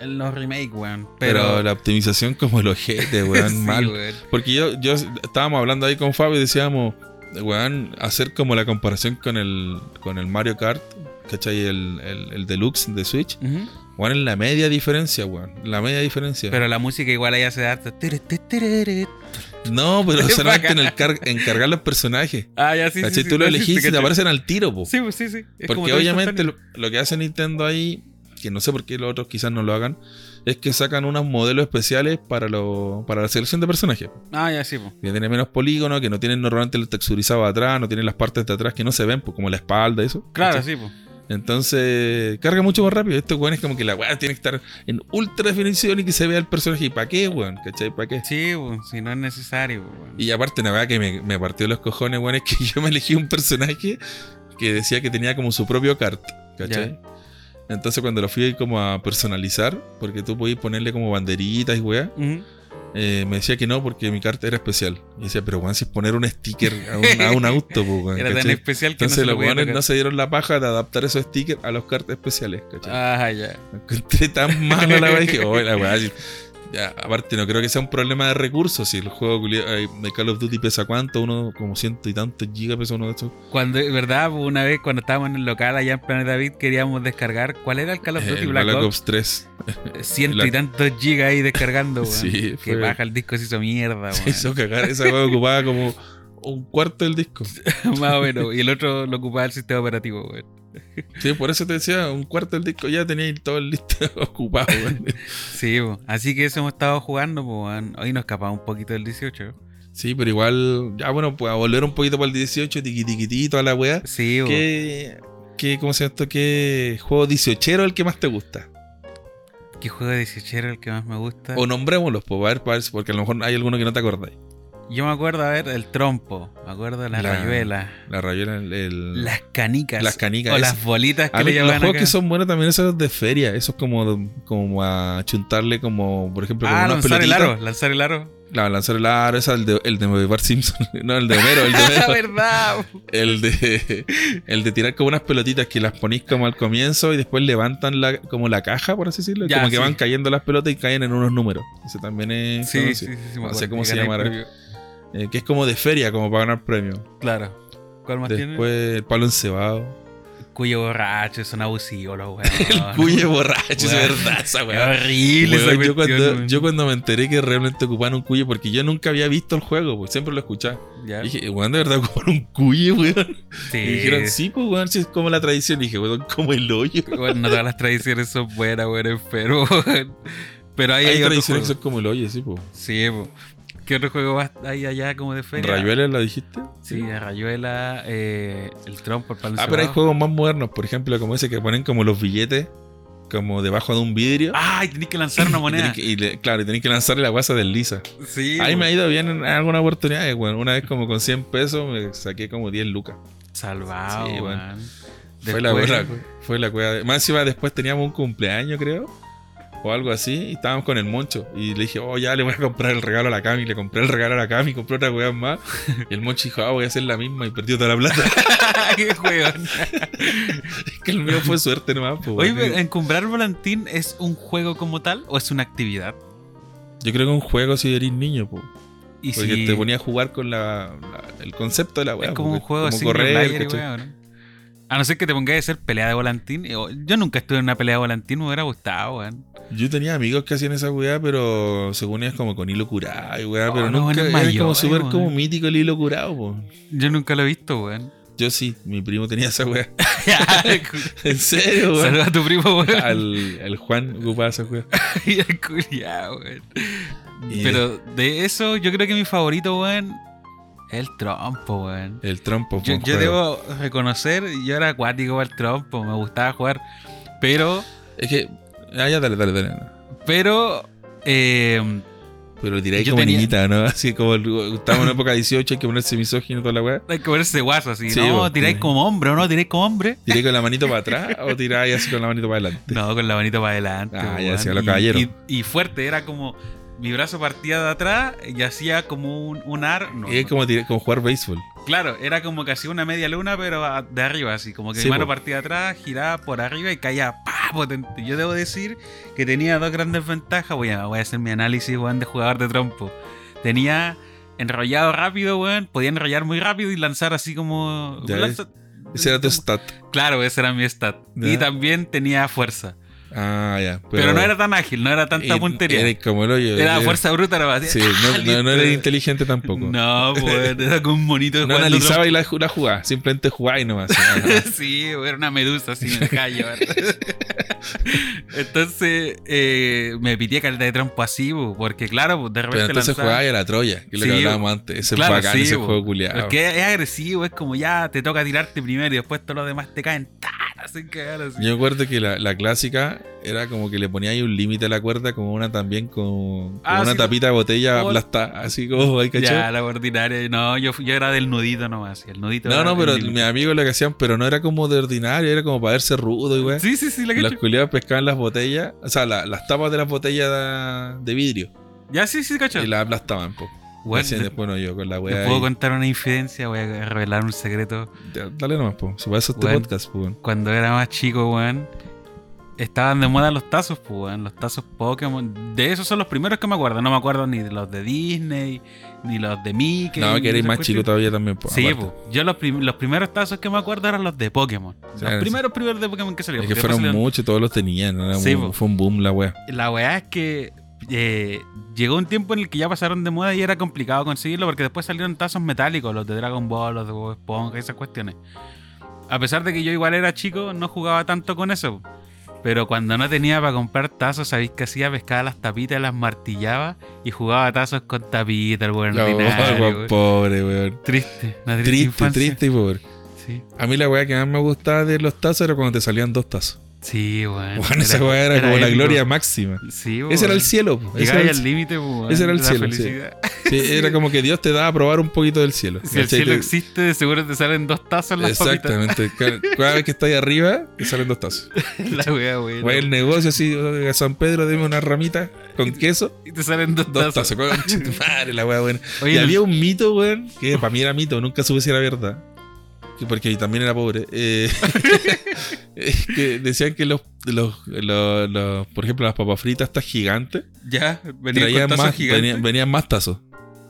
C: en los remakes, güey.
D: Pero,
C: Pero.
D: la optimización como el ojete, weón,
C: Sí,
D: mal.
C: güey.
D: Porque yo, yo estábamos hablando ahí con Fabio y decíamos, weón, hacer como la comparación con el, con el Mario Kart, ¿cachai? El, el, el deluxe de Switch.
C: Ujú.
D: Weón, es la media diferencia, weón. La media diferencia.
C: Pero la música igual ahí hace harto. Tere, tere, tere.
D: no, pero
C: Es
D: solamente en,
C: bacana.
D: el car- en cargar los personajes.
C: Ah, ya sí. sí,
D: ¿Cachai?
C: sí,
D: Tú lo
C: hiciste,
D: elegís y te
C: ¿cachai?
D: aparecen al tiro, po.
C: Sí, pues, sí, sí. Es como
D: Porque
C: todo
D: obviamente
C: instantáneo.
D: lo, lo que hace Nintendo ahí, que no sé por qué los otros quizás no lo hagan, es que sacan unos modelos especiales para, lo, para la selección de personajes.
C: Ah, ya sí, pues.
D: que tiene menos polígono, que no tienen normalmente el texturizado atrás, no tienen las partes de atrás que no se ven, pues, como la espalda y eso.
C: Claro,
D: ¿Cachai?
C: sí, pues.
D: Entonces, carga mucho más rápido. Esto, weón, es como que la weá tiene que estar en ultra definición y que se vea el personaje. ¿Y para qué, weón? ¿Cachai? ¿Para qué?
C: Sí, bu, si no es necesario. bu, bueno.
D: Y aparte, la verdad que me, me partió los cojones, weón, es que yo me elegí un personaje que decía que tenía como su propio cart, ¿cachai? Entonces, cuando lo fui como a personalizar, porque tú podías ponerle como banderitas y weá,
C: Ujú.
D: eh, me decía que no porque mi carta era especial. Y decía, pero weón, si es poner un sticker a un, a un auto, po, weón,
C: Era tan
D: ¿cachai?
C: especial que
D: Entonces
C: no se lo
D: los
C: podía
D: weones
C: tocar.
D: no se dieron la paja de adaptar esos stickers a las cartas especiales, ¿cachai?
C: Ah, ya.
D: Me encontré tan mala la weá dije, oh, la weá. si- Ya, aparte, no creo que sea un problema de recursos. Si el juego culiao- ay, de Call of Duty pesa cuánto, uno como ciento y tantos gigas pesa uno de estos.
C: Cuando, ¿verdad? Pues Una vez cuando estábamos en el local allá en Planeta David queríamos descargar. ¿Cuál era el Call of
D: Eh,
C: Duty
D: el
C: Black
D: Black
C: Ops?
D: Ops 3.
C: Ciento
D: Black-
C: y tantos gigas ahí descargando, weón.
D: Sí,
C: que
D: fue-
C: baja el disco se hizo mierda,
D: Se
C: weón.
D: hizo cagar, esa weá ocupaba como un cuarto del disco.
C: Más o menos. Y el otro lo ocupaba el sistema operativo, weón.
D: Sí, por eso te decía, un cuarto del disco ya tenía ahí todo el listo ocupado. weón.
C: Sí, po. así que eso hemos estado jugando, po, weón. Hoy nos escapamos un poquito del 18.
D: Sí, pero igual, ya bueno, pues a volver un poquito para el 18, tiqui tiquití, toda la weá.
C: Sí, po.
D: ¿Qué, qué, ¿Cómo se llama esto? ¿Qué juego 18 el que más te gusta?
C: ¿Qué juego de 18 era el que más me gusta?
D: O nombrémoslos, pues, para ver, para ver si- porque a lo mejor hay alguno que no te acordáis.
C: Yo me acuerdo, a ver, el trompo. Me acuerdo de las
D: La-
C: rayuelas.
D: La rayola, el. el-
C: Las canicas.
D: las canicas.
C: O
D: ese.
C: las bolitas
D: A
C: que
D: mí,
C: le
D: los
C: llamaban
D: juegos
C: acá.
D: que son buenos también esos de feria. Esos como, como a chuntarle, como, por ejemplo, como
C: Ah,
D: unas
C: lanzar el
D: pelotitas.
C: aro. Lanzar el aro.
D: La lanzar el aro, esa, el de, el de Bart Simpson. No, el de Homero, el de
C: Ah,
D: Homero.
C: verdad.
D: El de, el de tirar como unas pelotitas que las ponís como al comienzo y después levantan la, como la caja, por así decirlo. y
C: Ya,
D: como que
C: sí.
D: van cayendo las pelotas y caen en unos números. Ese también es.
C: Sí, sí, sí. sí,
D: conocido.
C: me
D: No
C: acuerdo.
D: sé cómo
C: Y
D: se
C: gané
D: llamará.
C: el premio.
D: Eh, que es como de feria, como para ganar premio.
C: Claro. ¿Cuál más tiene?
D: Después el palo encebado.
C: Cuyo borracho, son abusivos los weones. el
D: Cuyo borracho, es
C: Ah. Weón.
D: verdad esa
C: Es
D: weá.
C: horrible esa
D: Weón, yo,
C: cuestión,
D: cuando,
C: weón.
D: yo cuando me enteré que realmente ocupaban un cuyo, porque yo nunca había visto el juego, pues siempre lo escuchaba.
C: Ya.
D: Y dije, weón, de verdad ocuparon un cuyo, weón.
C: Sí.
D: Y dijeron, sí, pues weón, si es como la tradición. Y dije, weón, como el hoyo.
C: Bueno, no todas las tradiciones son buenas, weón, enfermo. weón. Pero ahí
D: Hay,
C: hay, otro
D: tradiciones
C: juego.
D: que son como el hoyo, sí, pues.
C: Sí, po. ¿Qué otro juego va- hay allá como de feria?
D: Rayuela, ¿la dijiste?
C: Sí, la Rayuela, eh, el trompo, el palo
D: Ah, pero hay
C: encebado.
D: juegos más modernos, por ejemplo, como ese que ponen como los billetes, como debajo de un vidrio.
C: ¡Ay, tenés que lanzar una
D: Y
C: moneda!
D: tenés que- y le- claro, y tenés que lanzarle la guasa del Lisa.
C: Sí,
D: Ahí
C: po.
D: me ha ido bien en algunas oportunidades, weón. Una vez como con 100 pesos me saqué como 10 lucas.
C: salvado,
D: Sí, weón.
C: weón.
D: Fue la,
C: Después-
D: buena, fue la cueva. de- Más encima después teníamos un cumpleaños, creo. O algo así. Y estábamos con el moncho. Y le dije, oh, ya le voy a comprar el regalo a la Cami. Le compré el regalo a la Cami, compré otra weá más. Y el moncho dijo, ah, voy a hacer la misma. Y perdió toda la plata.
C: ¡Qué weón!
D: Es que el mío fue suerte nomás, pues,
C: Oye,
D: weón.
C: pero ¿encumbrar volantín es un juego como tal o es una actividad?
D: Yo creo que un juego si eres niño, pues.
C: Y
D: Porque
C: si-
D: te ponía a jugar con la, la- el concepto de la weá.
C: es como un
D: porque-
C: juego
D: como
C: así
D: correr, ¿cachai?
C: A no ser que te pongas a hacer pelea de volantín. Yo yo nunca estuve en una pelea de volantín, me hubiera gustado, weón.
D: Yo tenía amigos que hacían esa weá, pero según ellos como con hilo curado y weá,
C: Oh,
D: pero
C: no,
D: nunca
C: bueno, es
D: era
C: mayor,
D: como súper
C: weón.
D: como mítico el hilo curado, po.
C: Yo nunca lo he visto, weón.
D: Yo sí, mi primo tenía esa weá. en serio, weón.
C: Saluda a tu primo, weón.
D: Al, al Juan ocupaba esa weá.
C: Y al culiao, weón.
D: Y-
C: Pero de eso, yo creo que mi favorito, weón, es el trompo, weón.
D: El trompo,
C: Yo,
D: buen
C: yo
D: juego.
C: debo reconocer, yo era acuático para el trompo, me gustaba jugar. Pero,
D: Es que. Ah, ya dale, dale, dale.
C: pero, eh,
D: Pero diré
C: Yo
D: como
C: tenía-
D: niñita, ¿no? Así como el- estamos en época 18, hay que ponerse misógino y toda la weá.
C: hay que ponerse guaso así.
D: Sí,
C: no,
D: vos,
C: tiráis
D: sí.
C: como hombre, ¿o ¿no? Tiráis como hombre.
D: ¿Tiré con la manito para atrás o tiráis así con la manito para adelante?
C: No, con la manita para adelante.
D: Ah, ya,
C: weón.
D: sí, a lo
C: Y-
D: caballero.
C: Y, y fuerte, era como mi brazo partía de atrás y hacía como un, un ar. no,
D: es
C: no.
D: como, tirar- como jugar béisbol.
C: Claro, era como que hacía una media luna, pero a- de arriba, así como que
D: Sí,
C: mi mano
D: po.
C: partía de atrás, giraba por arriba y caía pa potente. Yo debo decir que tenía dos grandes ventajas. Voy a, voy a hacer mi análisis, weón, de jugador de trompo. Tenía enrollado rápido, weón, podía enrollar muy rápido y lanzar así como.
D: Ya
C: lanza-
D: Ese era tu stat.
C: Claro, ese era mi stat. Y
D: Ya.
C: también tenía fuerza.
D: Ah, ya.
C: Pero, no era tan ágil, no era tanta
D: Y-
C: puntería.
D: Era como el hoyo.
C: era
D: era-
C: fuerza bruta, era así.
D: Sí, no, no, no era
C: listo.
D: inteligente tampoco. No,
C: No, pues era como un monito de
D: analizaba y la, ju- la jugaba, simplemente jugaba y nomás. así, ajá.
C: Sí, güey, era una medusa así en el callo. entonces, eh, me pitié caleta de trompo así, bu, porque claro, bu, de repente
D: Pero entonces
C: lanzaba-
D: jugaba y a la Troya, que es lo
C: Sí,
D: que hablábamos antes. Ese
C: Claro,
D: es bacán,
C: sí,
D: ese
C: bo.
D: juego culiado.
C: Porque es agresivo, es como ya te toca tirarte primero y después todos los demás te caen. ¡Tan! Hacen cagar así.
D: Yo me acuerdo que la, la clásica era como que le ponía ahí un límite a la cuerda, como una también con, con
C: Ah,
D: una
C: sí,
D: tapita de botella
C: como-
D: aplastada, así como ahí, ¿cachai?
C: Ya, la ordinaria. No, yo, fui- yo era del nudito nomás. y El nudito
D: No,
C: era
D: no,
C: el
D: pero
C: límite.
D: mis amigos lo que hacían, pero no era como de ordinario, era como para verse rudo y weá.
C: Sí, sí, sí, la
D: Los
C: cacho.
D: culiados pescaban las botellas, o sea, la- las tapas de las botellas de vidrio.
C: Ya sí, sí, cacho.
D: Y la aplastaban, po.
C: Weón,
D: Hacían
C: te-
D: después no yo con la
C: te
D: weá.
C: puedo
D: ahí.
C: contar una infidencia, voy a revelar un secreto.
D: Ya, Dale nomás, po. Si para eso este
C: Weón.
D: podcast, po. weón.
C: Cuando era más chico, weón, estaban de moda los tazos, pues, weón. Los tazos Pokémon. De esos son los primeros que me acuerdo. No me acuerdo ni de los de Disney, ni los de Mickey.
D: No,
C: ni
D: que eres
C: esas
D: más chico
C: cuestiones.
D: todavía también, po.
C: Sí,
D: aparte.
C: po. yo los, prim- los primeros tazos que me acuerdo eran los de Pokémon. los
D: eran-
C: primeros, primeros de Pokémon que salieron.
D: Es que
C: porque
D: fueron
C: después salieron-
D: muchos, todos los tenían. era
C: Sí,
D: un-
C: po.
D: fue un boom la weá.
C: La weá es que eh, llegó un tiempo en el que ya pasaron de moda y era complicado conseguirlo porque después salieron tazos metálicos, los de Dragon Ball, los de Bob Esponja, esas cuestiones. A pesar de que yo igual era chico, no jugaba tanto con eso. Pero cuando no tenía para comprar tazos, ¿sabéis que hacía? Pescaba las tapitas, las martillaba y jugaba tazos con tapitas, el buen
D: No,
C: ordinario,
D: weón,
C: weón.
D: Oh, pobre, weón.
C: Triste, una triste,
D: Triste,
C: infancia.
D: triste y pobre.
C: Sí,
D: A mí la weá que más me gustaba de los tazos era cuando te salían dos tazos.
C: sí, weón.
D: Bueno, esa weá era, como la
C: épico.
D: gloria máxima.
C: Sí,
D: Ese era el
C: weón.
D: cielo. po. Ese
C: Llegaba
D: era
C: ahí
D: el
C: al
D: cielo.
C: límite, weón.
D: ese era el
C: la
D: cielo, sí.
C: felicidad.
D: Sí, era como que Dios te daba a probar un poquito del cielo.
C: Si el
D: ¿cachai?
C: cielo
D: Te-
C: existe, de seguro te salen dos tazos en las papitas.
D: Exactamente. Cada, cada vez que estás ahí arriba, te salen dos tazos.
C: La wea, güey.
D: O el negocio así, oiga, San Pedro, deme una ramita con queso.
C: Y te salen dos,
D: Dos
C: tazos.
D: tazos, concha tu madre, la wea buena.
C: Oye,
D: y
C: en el-
D: había un mito, weón, que para mí era mito, nunca supe si era verdad. que Porque también era pobre. eh, es que decían que los, los, los- los- por ejemplo, las papas fritas, estas gigantes,
C: Ya, venían
D: traían
C: con tazos
D: más,
C: gigantes.
D: venían, venían más tazos.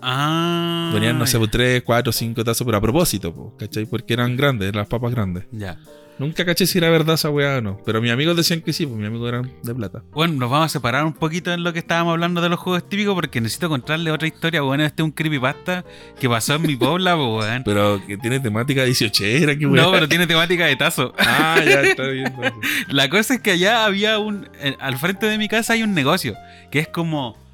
C: Ah.
D: Venían, no sé, pues,
C: ya.
D: 3, 4, 5 tazos, pero a propósito, po, ¿cachai? Porque eran grandes, eran las papas grandes.
C: Ya.
D: Nunca caché si era verdad esa weá o no. Pero mis amigos decían que sí, pues mis amigos eran de plata.
C: Bueno, nos vamos a separar un poquito en lo que estábamos hablando de los juegos típicos porque necesito contarle otra historia. Bueno, este es un creepypasta que pasó en mi pobla, po, weón.
D: Pero que tiene temática 18 era, que weá.
C: No, pero tiene temática de tazo.
D: Ah, ya está bien.
C: La cosa es que allá había un. eh, Al frente de mi casa hay un negocio que es como.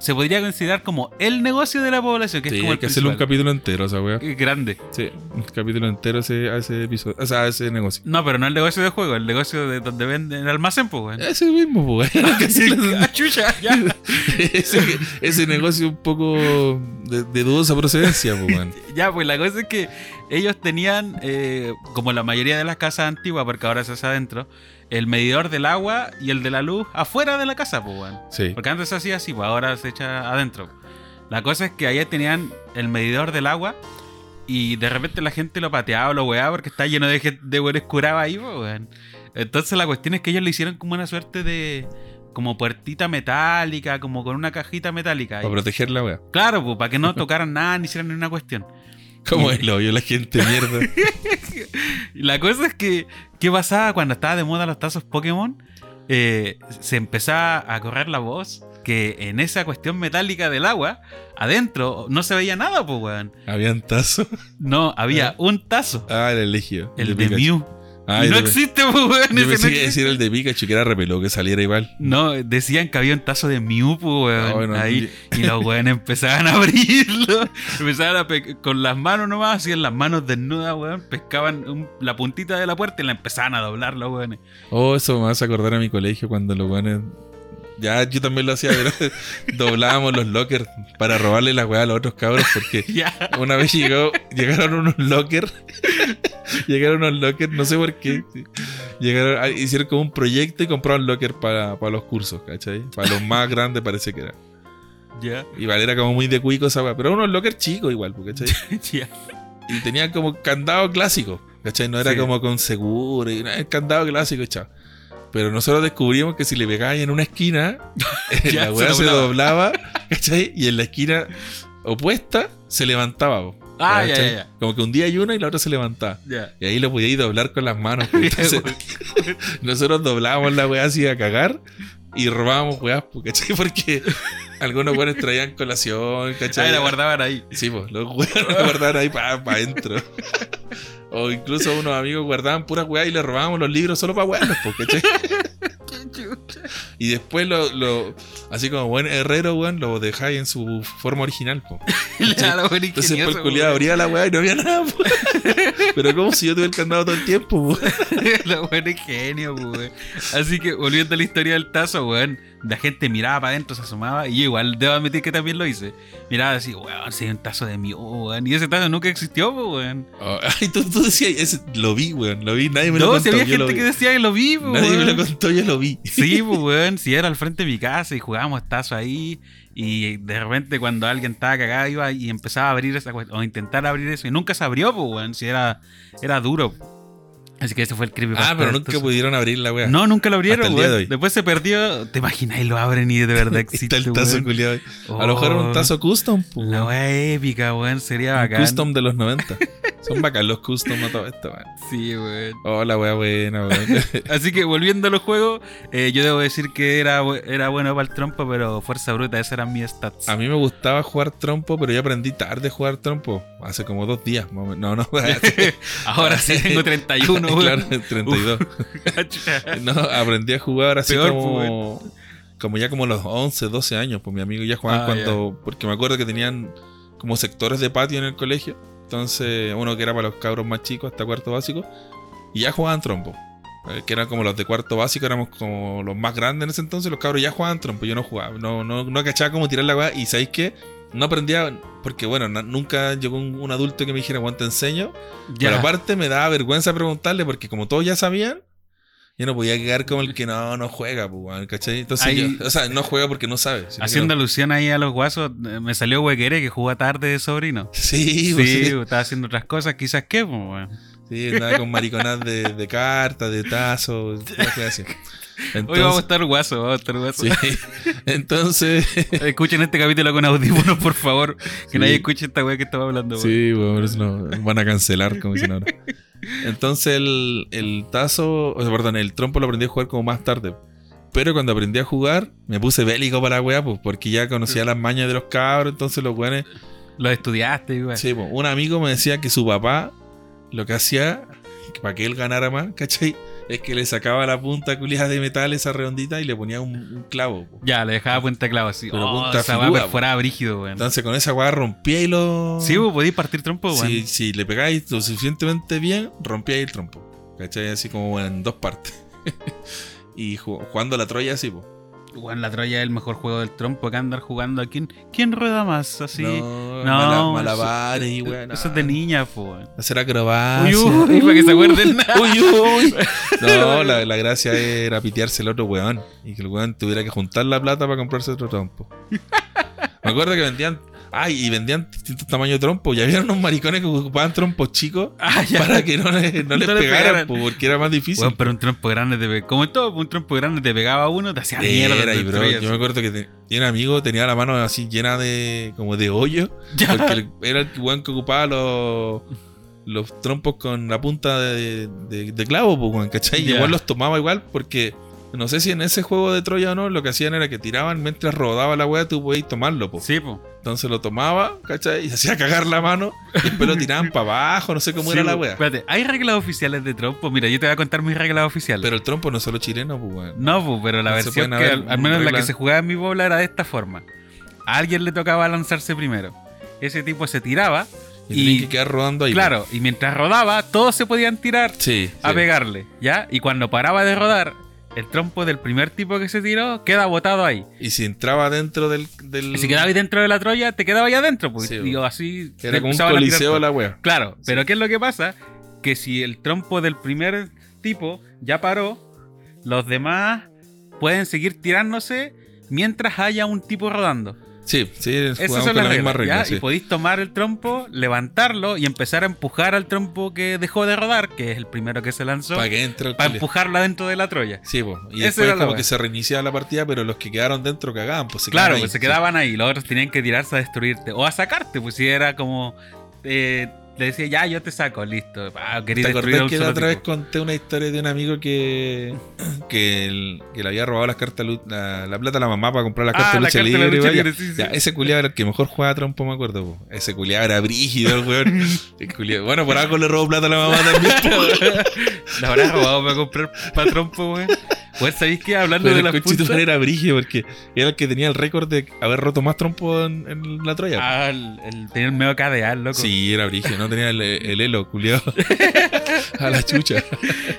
C: Se podría considerar como el negocio de la población, que
D: Sí,
C: es como
D: hay
C: el
D: que hacerle un
C: principal.
D: capítulo entero esa weá.
C: Eh, Grande.
D: Sí, un capítulo entero ese- a ese episodio, o sea, a ese negocio.
C: No, pero no el negocio de juego, el negocio de donde venden el almacén, pues, weón.
D: Ese mismo, pues, weá. Que sí,
C: Ah, chucha, ya.
D: ese, ese negocio un poco de, de dudosa procedencia, pues, weón.
C: Ya, pues la cosa es que ellos tenían, eh, como la mayoría de las casas antiguas, porque ahora se hace adentro, el medidor del agua y el de la luz afuera de la casa, pues, weón.
D: Sí.
C: Porque antes se hacía así, pues ahora se echa adentro. La cosa es que allá tenían el medidor del agua y de repente la gente lo pateaba, lo weaba porque está lleno de gente de weones curados ahí, po, weón. Entonces la cuestión es que ellos le hicieron como una suerte de. como puertita metálica, como con una cajita metálica.
D: Para proteger la weá.
C: Claro, pues, para que no tocaran nada ni hicieran ninguna cuestión.
D: Como el odio la gente, mierda.
C: Y La cosa es que, ¿qué pasaba cuando estaba de moda los tazos Pokémon? Eh, se empezaba a correr la voz que en esa cuestión metálica del agua, adentro no se veía nada, pues, weón.
D: Habían tazo.
C: No, había un tazo,
D: Ah, el elegido.
C: el de
D: Pikachu.
C: Mew.
D: Ah,
C: Y no
D: el de-
C: existe, pues, weón.
D: Yo
C: ese
D: pensé
C: no
D: que
C: existe.
D: decir el de Pikachu que era repeló que saliera igual.
C: No, decían que había un tazo de Mew, pues, weón.
D: Ah, bueno,
C: ahí, y los weones empezaban a abrirlo. Empezaban a pe- con las manos nomás, así en las manos desnudas, weón. Pescaban un- la puntita de la puerta y la empezaban a doblar los weones.
D: Oh, eso me vas a acordar a mi colegio cuando los weones. Ya, yo también lo hacía, pero doblábamos los lockers para robarle las weas a los otros cabros porque
C: Ya.
D: una vez llegó, llegaron unos lockers. llegaron unos lockers, no sé por qué. Llegaron, ah, hicieron como un proyecto y compraron lockers para, para los cursos, ¿cachai? Para los más grandes parece que era.
C: Ya.
D: Igual era como muy de cuico esa wea, pero unos lockers chicos igual, ¿cachai?
C: Ya.
D: y tenía como candado clásico, ¿cachai? No era
C: Sí.
D: como con seguro, y era el candado clásico, chao. Pero nosotros descubrimos que si le pegabas en una esquina,
C: Ya,
D: la
C: se
D: weá se doblaba,
C: doblaba.
D: ¿cachai? Y en la esquina opuesta se levantaba. po,
C: Ah, ya,
D: ¿cachai?
C: ya, ya.
D: Como que un día hay una y la otra se levantaba.
C: Ya.
D: Y ahí lo podíais doblar con las manos. po. Entonces, nosotros doblábamos la weá así a cagar y robábamos weá, po, ¿cachai? Porque algunos weones traían colación, ¿cachai?
C: Ah, la guardaban ahí.
D: Sí, pues, los weones lo guardaban ahí para adentro. O incluso unos amigos guardaban puras weas y le robábamos los libros solo para wearlos, pues, ¿cachai? Y después lo, lo- así como buen herrero, weón, lo dejáis en su forma original, pues.
C: Claro, buen
D: Entonces
C: ingenioso,
D: pues, el culiado
C: güey.
D: abría la wea y no había nada, po. Pero como si yo tuviera el candado todo el tiempo, po.
C: La buena es genio, güey. Así que volviendo a la historia del tazo, weón. La gente miraba para adentro, se asomaba. Y yo igual debo admitir que también lo hice. Miraba así, weón, si hay un tazo de mío, weón. Y ese tazo nunca existió, pues, weón.
D: Oh, ay, tú, tú decías, ese- lo vi, weón, lo vi, nadie me lo
C: No, si
D: contó.
C: había
D: yo lo
C: gente que
D: vi.
C: decía que lo vi, pues,
D: Nadie me lo
C: weón.
D: contó, yo lo vi.
C: Sí, pues, weón, si era al frente de mi casa y jugábamos tazo ahí. Y de repente cuando alguien estaba cagado iba y empezaba a abrir esa cuestión, o intentar abrir eso, y nunca se abrió, pues, weón, si era, era duro. Así que ese fue el creepypasta.
D: Ah, pero nunca
C: Entonces-
D: pudieron abrir la wea.
C: No, nunca lo
D: Hasta
C: abrieron,
D: el día de hoy.
C: weón. Después se perdió. ¿Te imaginas? Y lo abren y de verdad existe,
D: Está el tazo
C: weón.
D: culiado. A lo mejor era un
C: Oh,
D: tazo custom. po,
C: La
D: weón.
C: wea épica, weón. Sería
D: Un
C: bacán.
D: custom de los 90. Son bacán los custom a todo esto, weón.
C: Sí, weón.
D: Oh, la wea buena, weón.
C: Así que volviendo a los juegos, eh, yo debo decir que era, bu- era bueno para el trompo, pero fuerza bruta, esas eran mis stats.
D: A mí me gustaba jugar trompo, pero yo aprendí tarde a jugar trompo. Hace como dos días. más o menos. No, no.
C: Ahora sí tengo 31, weón.
D: Claro, 32.
C: Chuta.
D: No, aprendí a jugar así
C: Peor, pues,
D: como, como ya como los 11, 12 años. Pues mi amigo ya jugaban
C: Ah,
D: cuando. Porque me acuerdo que tenían como sectores de patio en el colegio. Entonces, uno que era para los cabros más chicos hasta cuarto básico. Y ya jugaban trompo. Eh, Que eran como los de cuarto básico, éramos como los más grandes en ese entonces. Los cabros ya jugaban trompo. Yo no jugaba, no, no, no cachaba cómo tirar la weá. Y sabéis que no aprendía, porque bueno, na- nunca llegó un, un adulto que me dijera, Juan, te enseño. Pero
C: Ya.
D: aparte me daba vergüenza preguntarle porque como todos ya sabían, yo no podía quedar como el que no, no juega, pues, weón, ¿cachai? Entonces
C: Ahí-
D: yo- o sea, no juega porque no sabe. sino que
C: Haciendo
D: no-
C: alusión ahí a los guasos, eh, me salió huequere que jugaba tarde de sobrino.
D: Sí,
C: Sí,
D: pues, sí, sí,
C: estaba haciendo otras cosas, quizás qué, pues, weón.
D: andaba con mariconadas de, de cartas, de tazos, una cosa así.
C: Hoy vamos a
D: Entonces,
C: estar guaso, vamos a estar guaso.
D: sí. Entonces,
C: Escuchen este capítulo con audífonos, por favor. Que
D: Sí.
C: nadie escuche esta weá que estaba hablando, weón.
D: Sí, weón, pero eso no- van a cancelar, como dicen ahora. Entonces el, el tazo, o sea, perdón, el trompo lo aprendí a jugar como más tarde. Pero cuando aprendí a jugar, me puse bélico para la weá, pues, porque ya conocía las mañas de los cabros, entonces los weones.
C: Lo estudiaste, weón.
D: Sí, pues, un amigo me decía que su papá lo que hacía, que para que él ganara más, ¿cachai? Es que le sacaba la punta culiada de metal, esa redondita, y le ponía un, un clavo. pues.
C: Ya, le dejaba puente clavo así.
D: Pero
C: oh,
D: punta
C: esa weá
D: figura,
C: perforaba brígido, weón.
D: Entonces con esa weá rompía y lo.
C: Sí, pues, vos podías partir trompo, weón.
D: si, si le pegáis lo suficientemente bien, rompíais el trompo. ¿Cachai? Así como en dos partes. y ju- jugando a la Troya así, po.
C: Weón, la Troya es el mejor juego del trompo que andar jugando aquí. ¿Quién rueda más así? No,
D: No, mala-
C: eso-
D: malabares y weón.
C: Eso es de niña, po, weón.
D: Hacer acrobacias.
C: Uy, uy, para que se acuerden.
D: Uy, uy. No, la, la gracia era pitearse el otro weón. Y que el weón tuviera que juntar la plata para comprarse otro trompo. Me acuerdo que vendían. Ay, y vendían distintos tamaños de trompo. Y había unos maricones que ocupaban trompos chicos
C: Ah, ya.
D: para que no, le- no les
C: No le
D: pegaran,
C: pegaran.
D: po, porque era más difícil.
C: Weón, pero un trompo grande te pegaba. Como en todo, un trompo grande te pegaba a uno, te hacía mierda.
D: Era,
C: te
D: y bro,
C: destruías.
D: yo me acuerdo que te- tenía un amigo, tenía la mano así llena de como de hoyo,
C: Ya.
D: porque el- era el weón que ocupaba los, los trompos con la punta de, de- de clavo, pues, weón, ¿cachai? Y
C: Ya.
D: igual los tomaba igual porque no sé si en ese juego de Troya o no, lo que hacían era que tiraban mientras rodaba la weá, tú podías tomarlo, pues.
C: Sí, po.
D: Entonces lo tomaba, ¿cachai? Y se hacía cagar la mano y después lo tiraban para abajo, no sé cómo
C: Sí,
D: era la
C: po.
D: weá.
C: Espérate, ¿hay reglas oficiales de trompo? Mira, yo te voy a contar mis reglas oficiales.
D: Pero el trompo no es solo chileno, pues, weón.
C: No, pues, pero la
D: No se
C: versión que,
D: pueden haber
C: al, al menos la
D: reglas.
C: que se jugaba en mi bola era de esta forma. A alguien le tocaba lanzarse primero. Ese tipo se tiraba,
D: Y,
C: Y-
D: tenían que quedar rodando ahí. pues.
C: claro, y mientras rodaba, todos se podían tirar
D: Sí.
C: a
D: sí.
C: pegarle, ¿ya? Y cuando paraba de rodar, el trompo del primer tipo que se tiró queda botado ahí.
D: Y si entraba dentro del. del
C: Y si quedabas ahí dentro de la Troya, te quedabas ahí adentro, pues.
D: Sí,
C: y
D: bueno.
C: así
D: Era como un
C: empezaban a tirar
D: coliseo
C: todo.
D: la wea.
C: Claro, pero ¿qué es lo que pasa? Que si el trompo del primer tipo ya paró, los demás pueden seguir tirándose mientras haya un tipo rodando.
D: Sí, sí,
C: Esas
D: jugamos
C: son
D: con
C: las
D: la misma
C: reglas.
D: regla.
C: ¿ya?
D: sí.
C: Y podéis tomar el trompo, levantarlo y empezar a empujar al trompo que dejó de rodar, que es el primero que se lanzó,
D: Para que entre el
C: para
D: chile.
C: empujarla dentro de la Troya.
D: Sí, po. Y
C: Esa
D: después
C: era la
D: como
C: wea.
D: que se reiniciaba la partida, pero los que quedaron dentro cagaban, pues se
C: Claro,
D: quedaban
C: pues
D: ahí,
C: se
D: sí.
C: quedaban ahí, los otros tenían que tirarse a destruirte o a sacarte, pues si era como... eh, le decía, ya, yo te saco, listo. Ah, quería
D: ¿Te
C: destruir a
D: acordás
C: un
D: que la
C: solo
D: otra vez
C: tipo.
D: conté una historia de un amigo que que, el- que le había robado las cartas lu- la, la plata a la mamá para comprar las
C: Ah,
D: cartas
C: la
D: lucha
C: carta de la
D: libre,
C: lucha
D: vaya.
C: libre, sí, sí.
D: Ya, ese culiado era el que mejor jugaba a trompo, me acuerdo. po. Ese culiado era brígido, el weón. El culiao- Bueno, por algo le robó plata a la mamá también. po.
C: La habrás robado para comprar patrón, po, weón. Weón, ¿sabéis qué? Hablando
D: Pero
C: de
D: el
C: las
D: conchito
C: puntas...
D: era brígido porque era el que tenía el récord de haber roto más trompo en, en la Troya.
C: Ah, el, el- tenía el medio cadeal, loco.
D: sí, era brígido, no tenía el, el elo, culiado. A la chucha.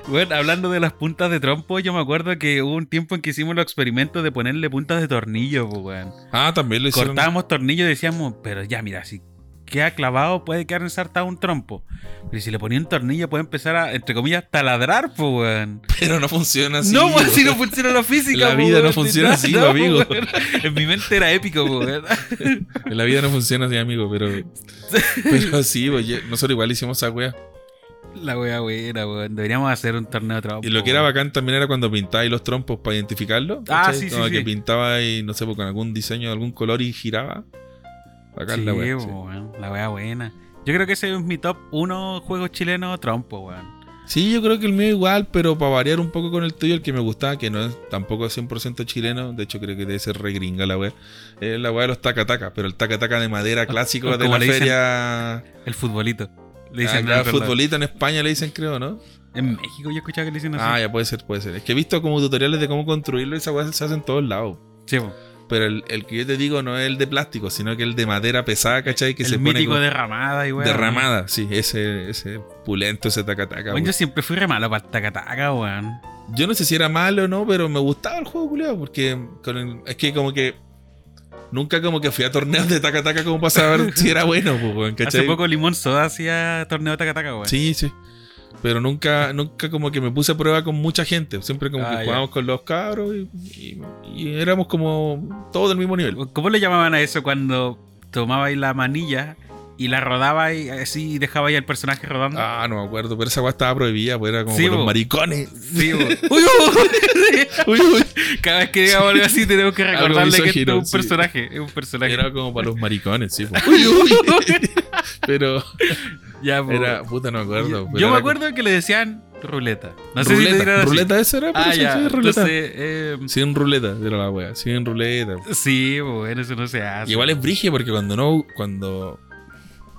C: Weón, hablando de las puntas de trompo, yo me acuerdo que hubo un tiempo en que hicimos los experimentos de ponerle puntas de tornillo, pues, po, weón.
D: Ah, también lo hicieron.
C: Cortábamos tornillo y decíamos, pero ya, mira, si queda clavado, puede quedar ensartado un trompo. Pero si le ponía un tornillo, puede empezar a, entre comillas, taladrar, pues, weón.
D: Pero no funciona así.
C: no,
D: weón.
C: pues, si no funciona la física,
D: La
C: po,
D: vida no
C: weón.
D: funciona así,
C: po,
D: amigo.
C: weón. En mi mente era épico, po, weón.
D: En la vida no funciona así, amigo, pero. Pero sí, oye, nosotros igual hicimos esa wea.
C: La wea buena, weón. Deberíamos hacer un torneo de trompo.
D: Y lo que era
C: weón.
D: bacán también era cuando pintabais los trompos para identificarlos.
C: Oh. Ah,
D: ¿cachai?
C: sí, sí,
D: Como
C: sí.
D: que pintaba y no sé, pues, con algún diseño de algún color y giraba. Bacán la
C: Sí,
D: wea. sí.
C: weón, La wea buena. Yo creo que ese es mi top 1 juego chileno trompo, weón.
D: Sí, yo creo que el mío igual, pero para variar un poco con el tuyo, el que me gustaba, que no es tampoco 100% chileno, de hecho creo que debe ser regringa la wea, es la wea de los tacatacas, pero el tacataca de madera clásico
C: o
D: de
C: como
D: la
C: Ah, le dicen-
D: feria.
C: El futbolito. Le dicen
D: Acá
C: no, perdón.
D: futbolita en España le dicen, creo, ¿no?
C: En México yo escuchaba que le dicen así.
D: Ah, ya puede ser, puede ser. Es que he visto como tutoriales de cómo construirlo y esa weá se hace en todos lados.
C: Sí, po.
D: Pero el, el que yo te digo no es el de plástico, sino que el de madera pesada, ¿cachai? Que
C: el
D: se pone
C: mítico
D: como
C: derramada y weón.
D: derramada. Sí, ese, ese pulento, ese tacataca.
C: Weón,
D: weón.
C: yo siempre fui re malo para el tacataca, weón.
D: Yo no sé si era malo o no, pero me gustaba el juego, culiado, porque con el- es que como que nunca como que fui a torneos de taca taca como para saber si era bueno, pues, weón, ¿cachai?
C: Hace poco Limón Soda hacía torneo de tacataca, weón.
D: Sí, sí. Pero nunca, nunca como que me puse a prueba con mucha gente. Siempre como
C: Ah,
D: que
C: ya.
D: jugábamos con los cabros y, y- y éramos como todos del mismo nivel.
C: ¿Cómo le llamaban a eso cuando tomabais la manilla y la rodabais así y dejabais al personaje rodando?
D: Ah, no me acuerdo, pero esa weá estaba prohibida, pues era como
C: Sí,
D: para los
C: po.
D: maricones.
C: Sí, weón. Uy, uy.
D: Uy, uy.
C: Cada vez que digamos algo así tenemos que
D: Algo
C: recordarle que esto
D: misógino,
C: es un
D: sí.
C: personaje. Es un personaje.
D: Era como para los maricones, sí. po. Uy, uy. pero
C: Ya, po.
D: era, puta, no me acuerdo.
C: Yo-
D: pero
C: Yo me
D: era
C: acuerdo que le decían ruleta. No sé si le dirán
D: ruleta,
C: así.
D: ruleta esa era, pero
C: Ah,
D: sí,
C: ya.
D: sí, ruleta.
C: Entonces, eh,
D: Sin ruleta era la wea, sin ruleta.
C: sí, bueno, eso no se hace.
D: Igual es brige porque cuando no, cuando...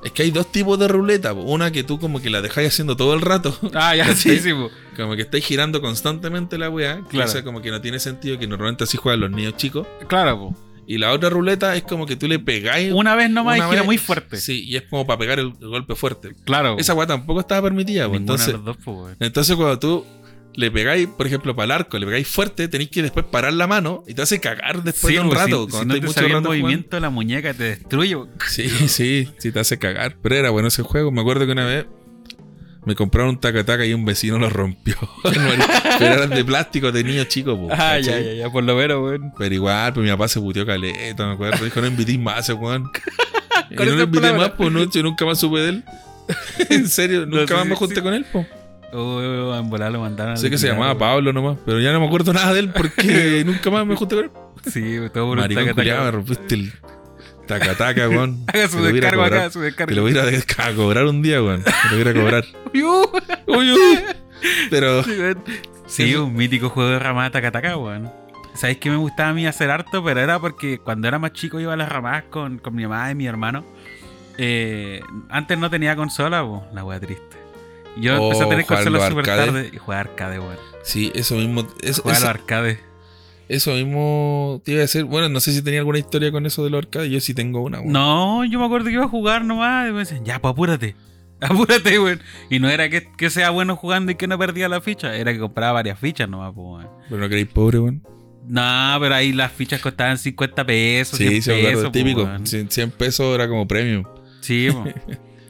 D: Es que hay dos tipos de ruleta. po. Una que tú como que la dejáis haciendo todo el rato.
C: Ah, ya, sí, sí, po.
D: Como que estáis girando constantemente la weá.
C: Claro.
D: Claro. como que no tiene sentido que normalmente así juegan los niños chicos.
C: Claro, po.
D: Y la otra ruleta es como que tú le pegáis...
C: Una vez nomás y
D: una
C: gira
D: vez-
C: muy fuerte.
D: Sí, y es como para pegar el, el golpe fuerte.
C: Claro. po.
D: Esa weá tampoco estaba permitida. po.
C: Ninguna de
D: Entonces,
C: las dos, po, weón.
D: Entonces cuando tú le pegáis, por ejemplo, para el arco, le pegáis fuerte, tenéis que después parar la mano y te hace cagar después
C: Sí,
D: de un
C: po, si-
D: rato.
C: si, no
D: cuando estáis
C: te
D: mucho
C: sabía el
D: rato jugando.
C: movimiento, la muñeca te destruye. pues, po.
D: Sí, sí, sí te hace cagar. Pero era bueno ese juego. Me acuerdo que una vez me compraron un tacataca y un vecino lo rompió. Pero eran de plástico de niños chicos, po,
C: Ah, ya,
D: ¿cachai?
C: ya, ya, por lo menos, weón.
D: Pero igual, pues mi papá se puteó caleta, me acuerdo. Dijo, no invitís más a ese Juan. Y
C: Con
D: no
C: esas
D: lo invité
C: palabras.
D: más, pues no, yo nunca más supe de él. en serio,
C: No
D: nunca
C: sé
D: más
C: si
D: me junté
C: existe.
D: con él, po.
C: Oh, en volar lo mandaron. a
D: Sé que se
C: liquidar,
D: llamaba
C: po.
D: Pablo nomás, pero ya no me acuerdo nada de él porque nunca más me junté con él.
C: Sí, po, todo por un
D: Maricón
C: tacataca.
D: culiado, me rompiste el tacataca, weón.
C: Haga su
D: Te lo voy a ir
C: descargo
D: a cobrar.
C: acá, su descargo.
D: Te lo voy a ir a desca- a cobrar un día, weón. Te lo voy a ir a cobrar.
C: Uy, uh.
D: Uy, uy. Pero
C: Sí, weón. Sí, un mítico juego de ramadas tacataca, weón. ¿Sabéis que me gustaba a mí hacer harto? Pero era porque cuando era más chico iba a las ramadas con, con mi mamá y mi hermano. Eh, antes no tenía consola, po, la wea triste. Yo
D: Oh,
C: empecé a tener
D: jugar
C: consola
D: los
C: súper
D: arcades.
C: tarde y jugar arcade, weón.
D: sí, eso mismo. Eso,
C: Jugar a los
D: eso-
C: arcades.
D: eso mismo te iba a decir. Bueno, no sé si tenía alguna historia con eso del arcade. Yo sí tengo una, weón.
C: No, yo me acuerdo que iba a jugar nomás y me decían, ya, pues apúrate. Apúrate, weón. Y no era que, que sea bueno jugando y que no perdía la ficha. Era que compraba varias fichas nomás, po, weón.
D: Pero no creéis pobre, weón.
C: No, pero ahí las fichas costaban 50 pesos.
D: Sí,
C: 100
D: sí, me acuerdo,
C: pesos, po,
D: típico.
C: weón.
D: 100, pesos era como premium.
C: Sí, po.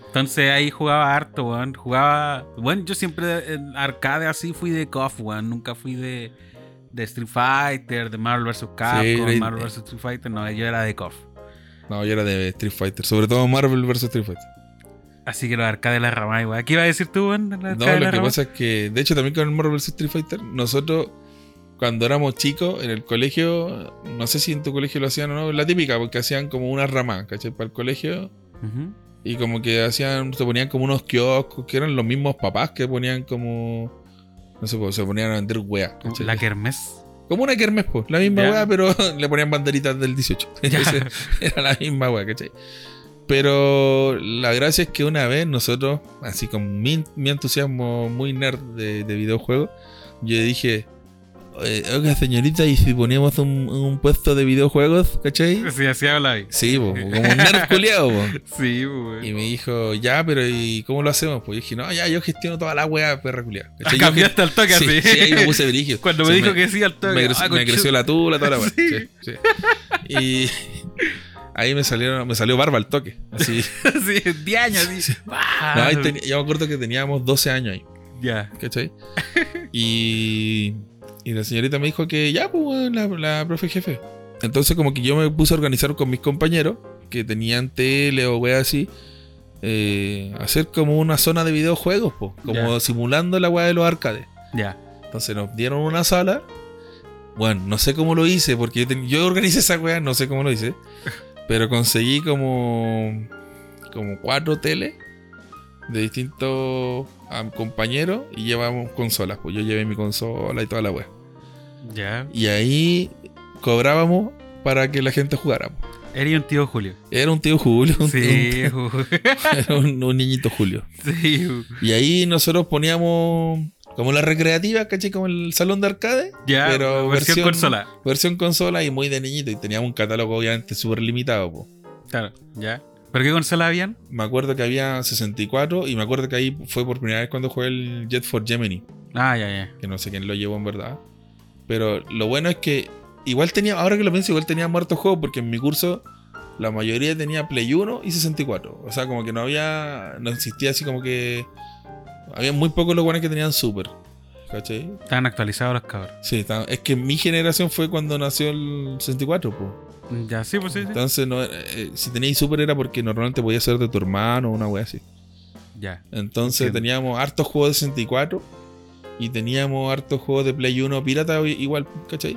C: Entonces ahí jugaba harto, weón. Jugaba. Bueno, yo siempre en arcade así fui de KOF, weón. Nunca fui de, de Street Fighter, de Marvel vs. Capcom,
D: era-
C: Marvel vs. Street Fighter. No, yo era de KOF.
D: No, yo era de Street Fighter. Sobre todo Marvel vs. Street Fighter.
C: Así que los arcades de la rama, weón. ¿Qué iba a decir tú, weón? de los arcades
D: No,
C: de
D: lo
C: la
D: que
C: rama?
D: pasa es que, de hecho, también con el Marvel vs. Street Fighter, nosotros, cuando éramos chicos, en el colegio, no sé si en tu colegio lo hacían o no, la típica, porque hacían como una rama, ¿cachai? Para el colegio,
C: Ujú.
D: y como que hacían, se ponían como unos kioscos, que eran los mismos papás que ponían como, no sé, pues, se ponían a vender weas, ¿cachai?
C: La kermés.
D: Como una kermés, pues, la misma
C: Ya.
D: wea, pero le ponían banderitas del 18.
C: Ya.
D: Entonces, era la misma wea, ¿cachai? Pero la gracia es que una vez nosotros, así con mi, mi entusiasmo muy nerd de, de videojuegos, yo dije, "Eh, oiga señorita, ¿y si poníamos un, un puesto de videojuegos, cachai?
C: Sí, así hablaba. ahí.
D: Sí, po, como un nerd culiado, po.
C: Sí, weón.
D: Y me dijo, ya, pero ¿y cómo lo hacemos? Pues yo dije, no, ya, yo gestiono toda la wea, perra culiada. ¿Cachai? Yo
C: Cambiaste al toque
D: sí,
C: así.
D: sí, ahí me puse brígido.
C: Cuando me
D: Sí,
C: dijo que sí al toque.
D: me creció,
C: ah,
D: me
C: conchu-
D: creció la tula, toda la weá.
C: Sí.
D: Sí, sí. Y Ahí me salieron, me salió barba al toque. Así.
C: Así, 10 años. así.
D: No, ahí ten- yo me acuerdo que teníamos 12 años ahí.
C: Ya.
D: ¿cachai? Y, y la señorita me dijo que ya, pues, weón, la, la profe jefe. Entonces, como que yo me puse a organizar con mis compañeros que tenían tele o weá así, eh, hacer como una zona de videojuegos, po, como
C: Ya.
D: simulando la weá de los arcades.
C: Ya.
D: Entonces nos dieron una sala. Bueno, no sé cómo lo hice, porque yo, ten- yo organizé esa weá, no sé cómo lo hice. Pero conseguí como. como cuatro teles de distintos am, compañeros y llevamos consolas. Pues yo llevé mi consola y toda la weá.
C: Ya.
D: Y ahí cobrábamos para que la gente jugara. po.
C: Eres un tío Julio.
D: Era un tío Julio, un,
C: Sí,
D: un- era un- un niñito Julio.
C: sí.
D: Y ahí nosotros poníamos como la recreativa, caché, como el salón de arcade.
C: Ya,
D: Pero
C: versión,
D: versión-
C: consola.
D: Versión consola y muy de niñito. Y teníamos un catálogo obviamente súper limitado. po.
C: Claro, ya. ¿Pero qué consola habían?
D: Me acuerdo que había 64 y me acuerdo que ahí fue por primera vez cuando jugué el Jet for Gemini.
C: Ah, ya, ya.
D: Que no sé quién lo llevó en verdad. Pero lo bueno es que igual tenía, ahora que lo pienso, igual tenía muertos juegos porque en mi curso la mayoría tenía Play 1 y 64. O sea, como que no había, no existía así como que... Había muy pocos los buenos que tenían Super. ¿Cachai?
C: Estaban actualizados los cabros.
D: Sí, está- es que mi generación fue cuando nació el 64, pues.
C: Ya, sí, pues sí, sí.
D: Entonces, no, eh, eh, si teníais super era porque normalmente podía ser de tu hermano o una wea así.
C: Ya.
D: Entonces
C: Entiendo.
D: teníamos hartos juegos de 64 y teníamos hartos juegos de Play 1 pirata i- igual, ¿cachai?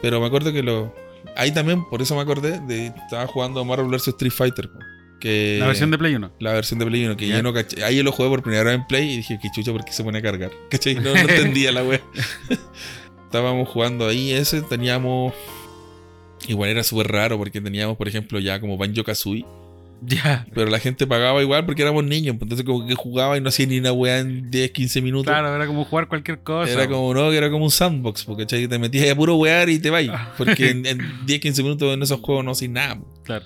D: Pero me acuerdo que lo... Ahí también, por eso me acordé, de, estaba jugando Marvel vs. Street Fighter. po, Que,
C: La versión de Play 1.
D: la versión de Play 1, que
C: Ya.
D: yo no caché. Ahí yo lo jugué por primera vez en Play y dije, qué chucho, ¿por qué se pone a cargar? ¿Cachai? No, no entendía la wea. Estábamos jugando ahí, ese teníamos. Igual era súper raro porque teníamos, por ejemplo, ya como Banjo Kazooie,
C: Ya.
D: pero la gente pagaba igual porque éramos niños, pues, entonces como que jugaba y no hacía ni una weá en 10, 15 minutos.
C: Claro, era como jugar cualquier cosa.
D: Era como, no, que era como un sandbox, porque ¿cachai? te metías ahí a puro wear y te vais.
C: Ah.
D: Porque en, en 10, 15 minutos en esos juegos no haces nada.
C: Claro.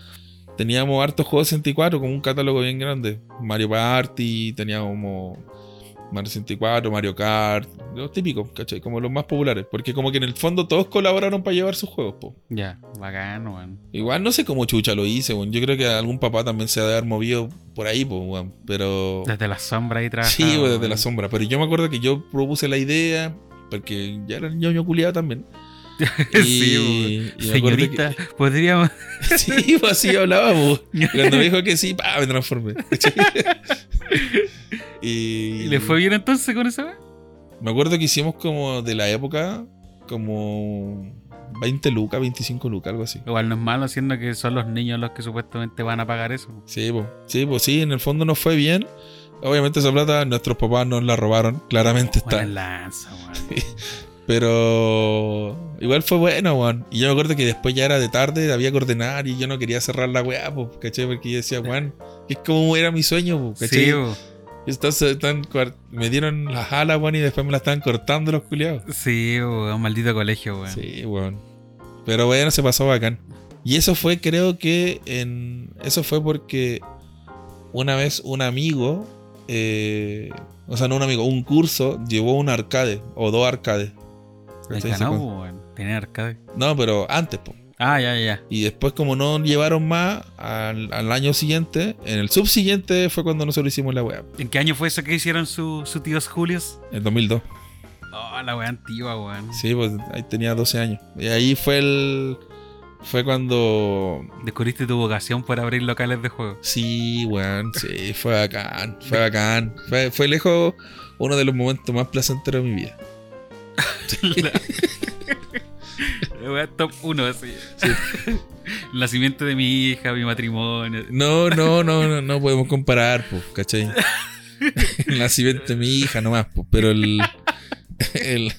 D: Teníamos hartos juegos 64 con un catálogo bien grande. Mario Party, teníamos Mario 64, Mario Kart, los típicos, ¿cachai? Como los más populares. Porque como que en el fondo todos colaboraron para llevar sus juegos, po.
C: Ya. Bacano, weón.
D: Igual no sé cómo Chucha lo hice, weón. Yo creo que algún papá también se ha de haber movido por ahí, po, weón. Pero.
C: Desde la sombra ahí trabajando.
D: Oh. Sí, güey, desde
C: weón.
D: la sombra. Pero yo me acuerdo que yo propuse la idea, porque ya era el ñoño culiado también. Y,
C: Sí,
D: y me acuerdo que-
C: Señorita, podríamos.
D: sí, pues así hablábamos. Y Cuando me dijo que sí, pa, me transformé. y
C: ¿Y ¿Le fue bien entonces con esa? weá?
D: me acuerdo que hicimos como de la época, como 20 lucas, 25 lucas, algo así.
C: Igual no es malo, siendo que son los niños los que supuestamente van a pagar eso.
D: Sí, pues sí, po, sí, en el fondo nos fue bien. Obviamente esa plata nuestros papás nos la robaron, claramente está.
C: Buena lanza, weón.
D: Pero igual fue bueno, weón. Y yo me acuerdo que después ya era de tarde, había que ordenar y yo no quería cerrar la weá, pues, ¿cachai? Porque yo decía, weón, que es como era mi sueño, po, ¿cachai?
C: Sí, weón.
D: Entonces, están cuar- me dieron las alas, weón, y después me las estaban cortando los culiados.
C: Sí, weón, maldito colegio, weón.
D: Sí, weón. Pero bueno, se pasó bacán. Y eso fue, creo que en. Eso fue porque una vez un amigo. eh, o sea, no un amigo, un curso llevó un arcade o dos arcades.
C: El
D: ¿cachai? Se
C: canal,
D: con-
C: weón. Tenía arcade.
D: No, pero antes, po.
C: Ah, ya, ya, ya.
D: Y después, como no llevaron más al, al año siguiente, en el subsiguiente fue cuando nosotros hicimos la weá,
C: ¿En qué año fue eso que hicieron sus su tíos Julios?
D: en 2002.
C: Oh, la weá antigua, weón.
D: Sí, pues ahí tenía 12 años. Y ahí fue el. Fue cuando.
C: Descubriste tu vocación por abrir locales de juego.
D: Sí, weón, sí, fue bacán, fue bacán. Fue, fue lejos uno de los momentos más placenteros de mi vida.
C: La weá top 1, así. El nacimiento de mi hija, mi matrimonio.
D: No, no, no, no, no podemos comparar, pues, ¿cachai? El nacimiento de mi hija nomás, pues, pero el, el-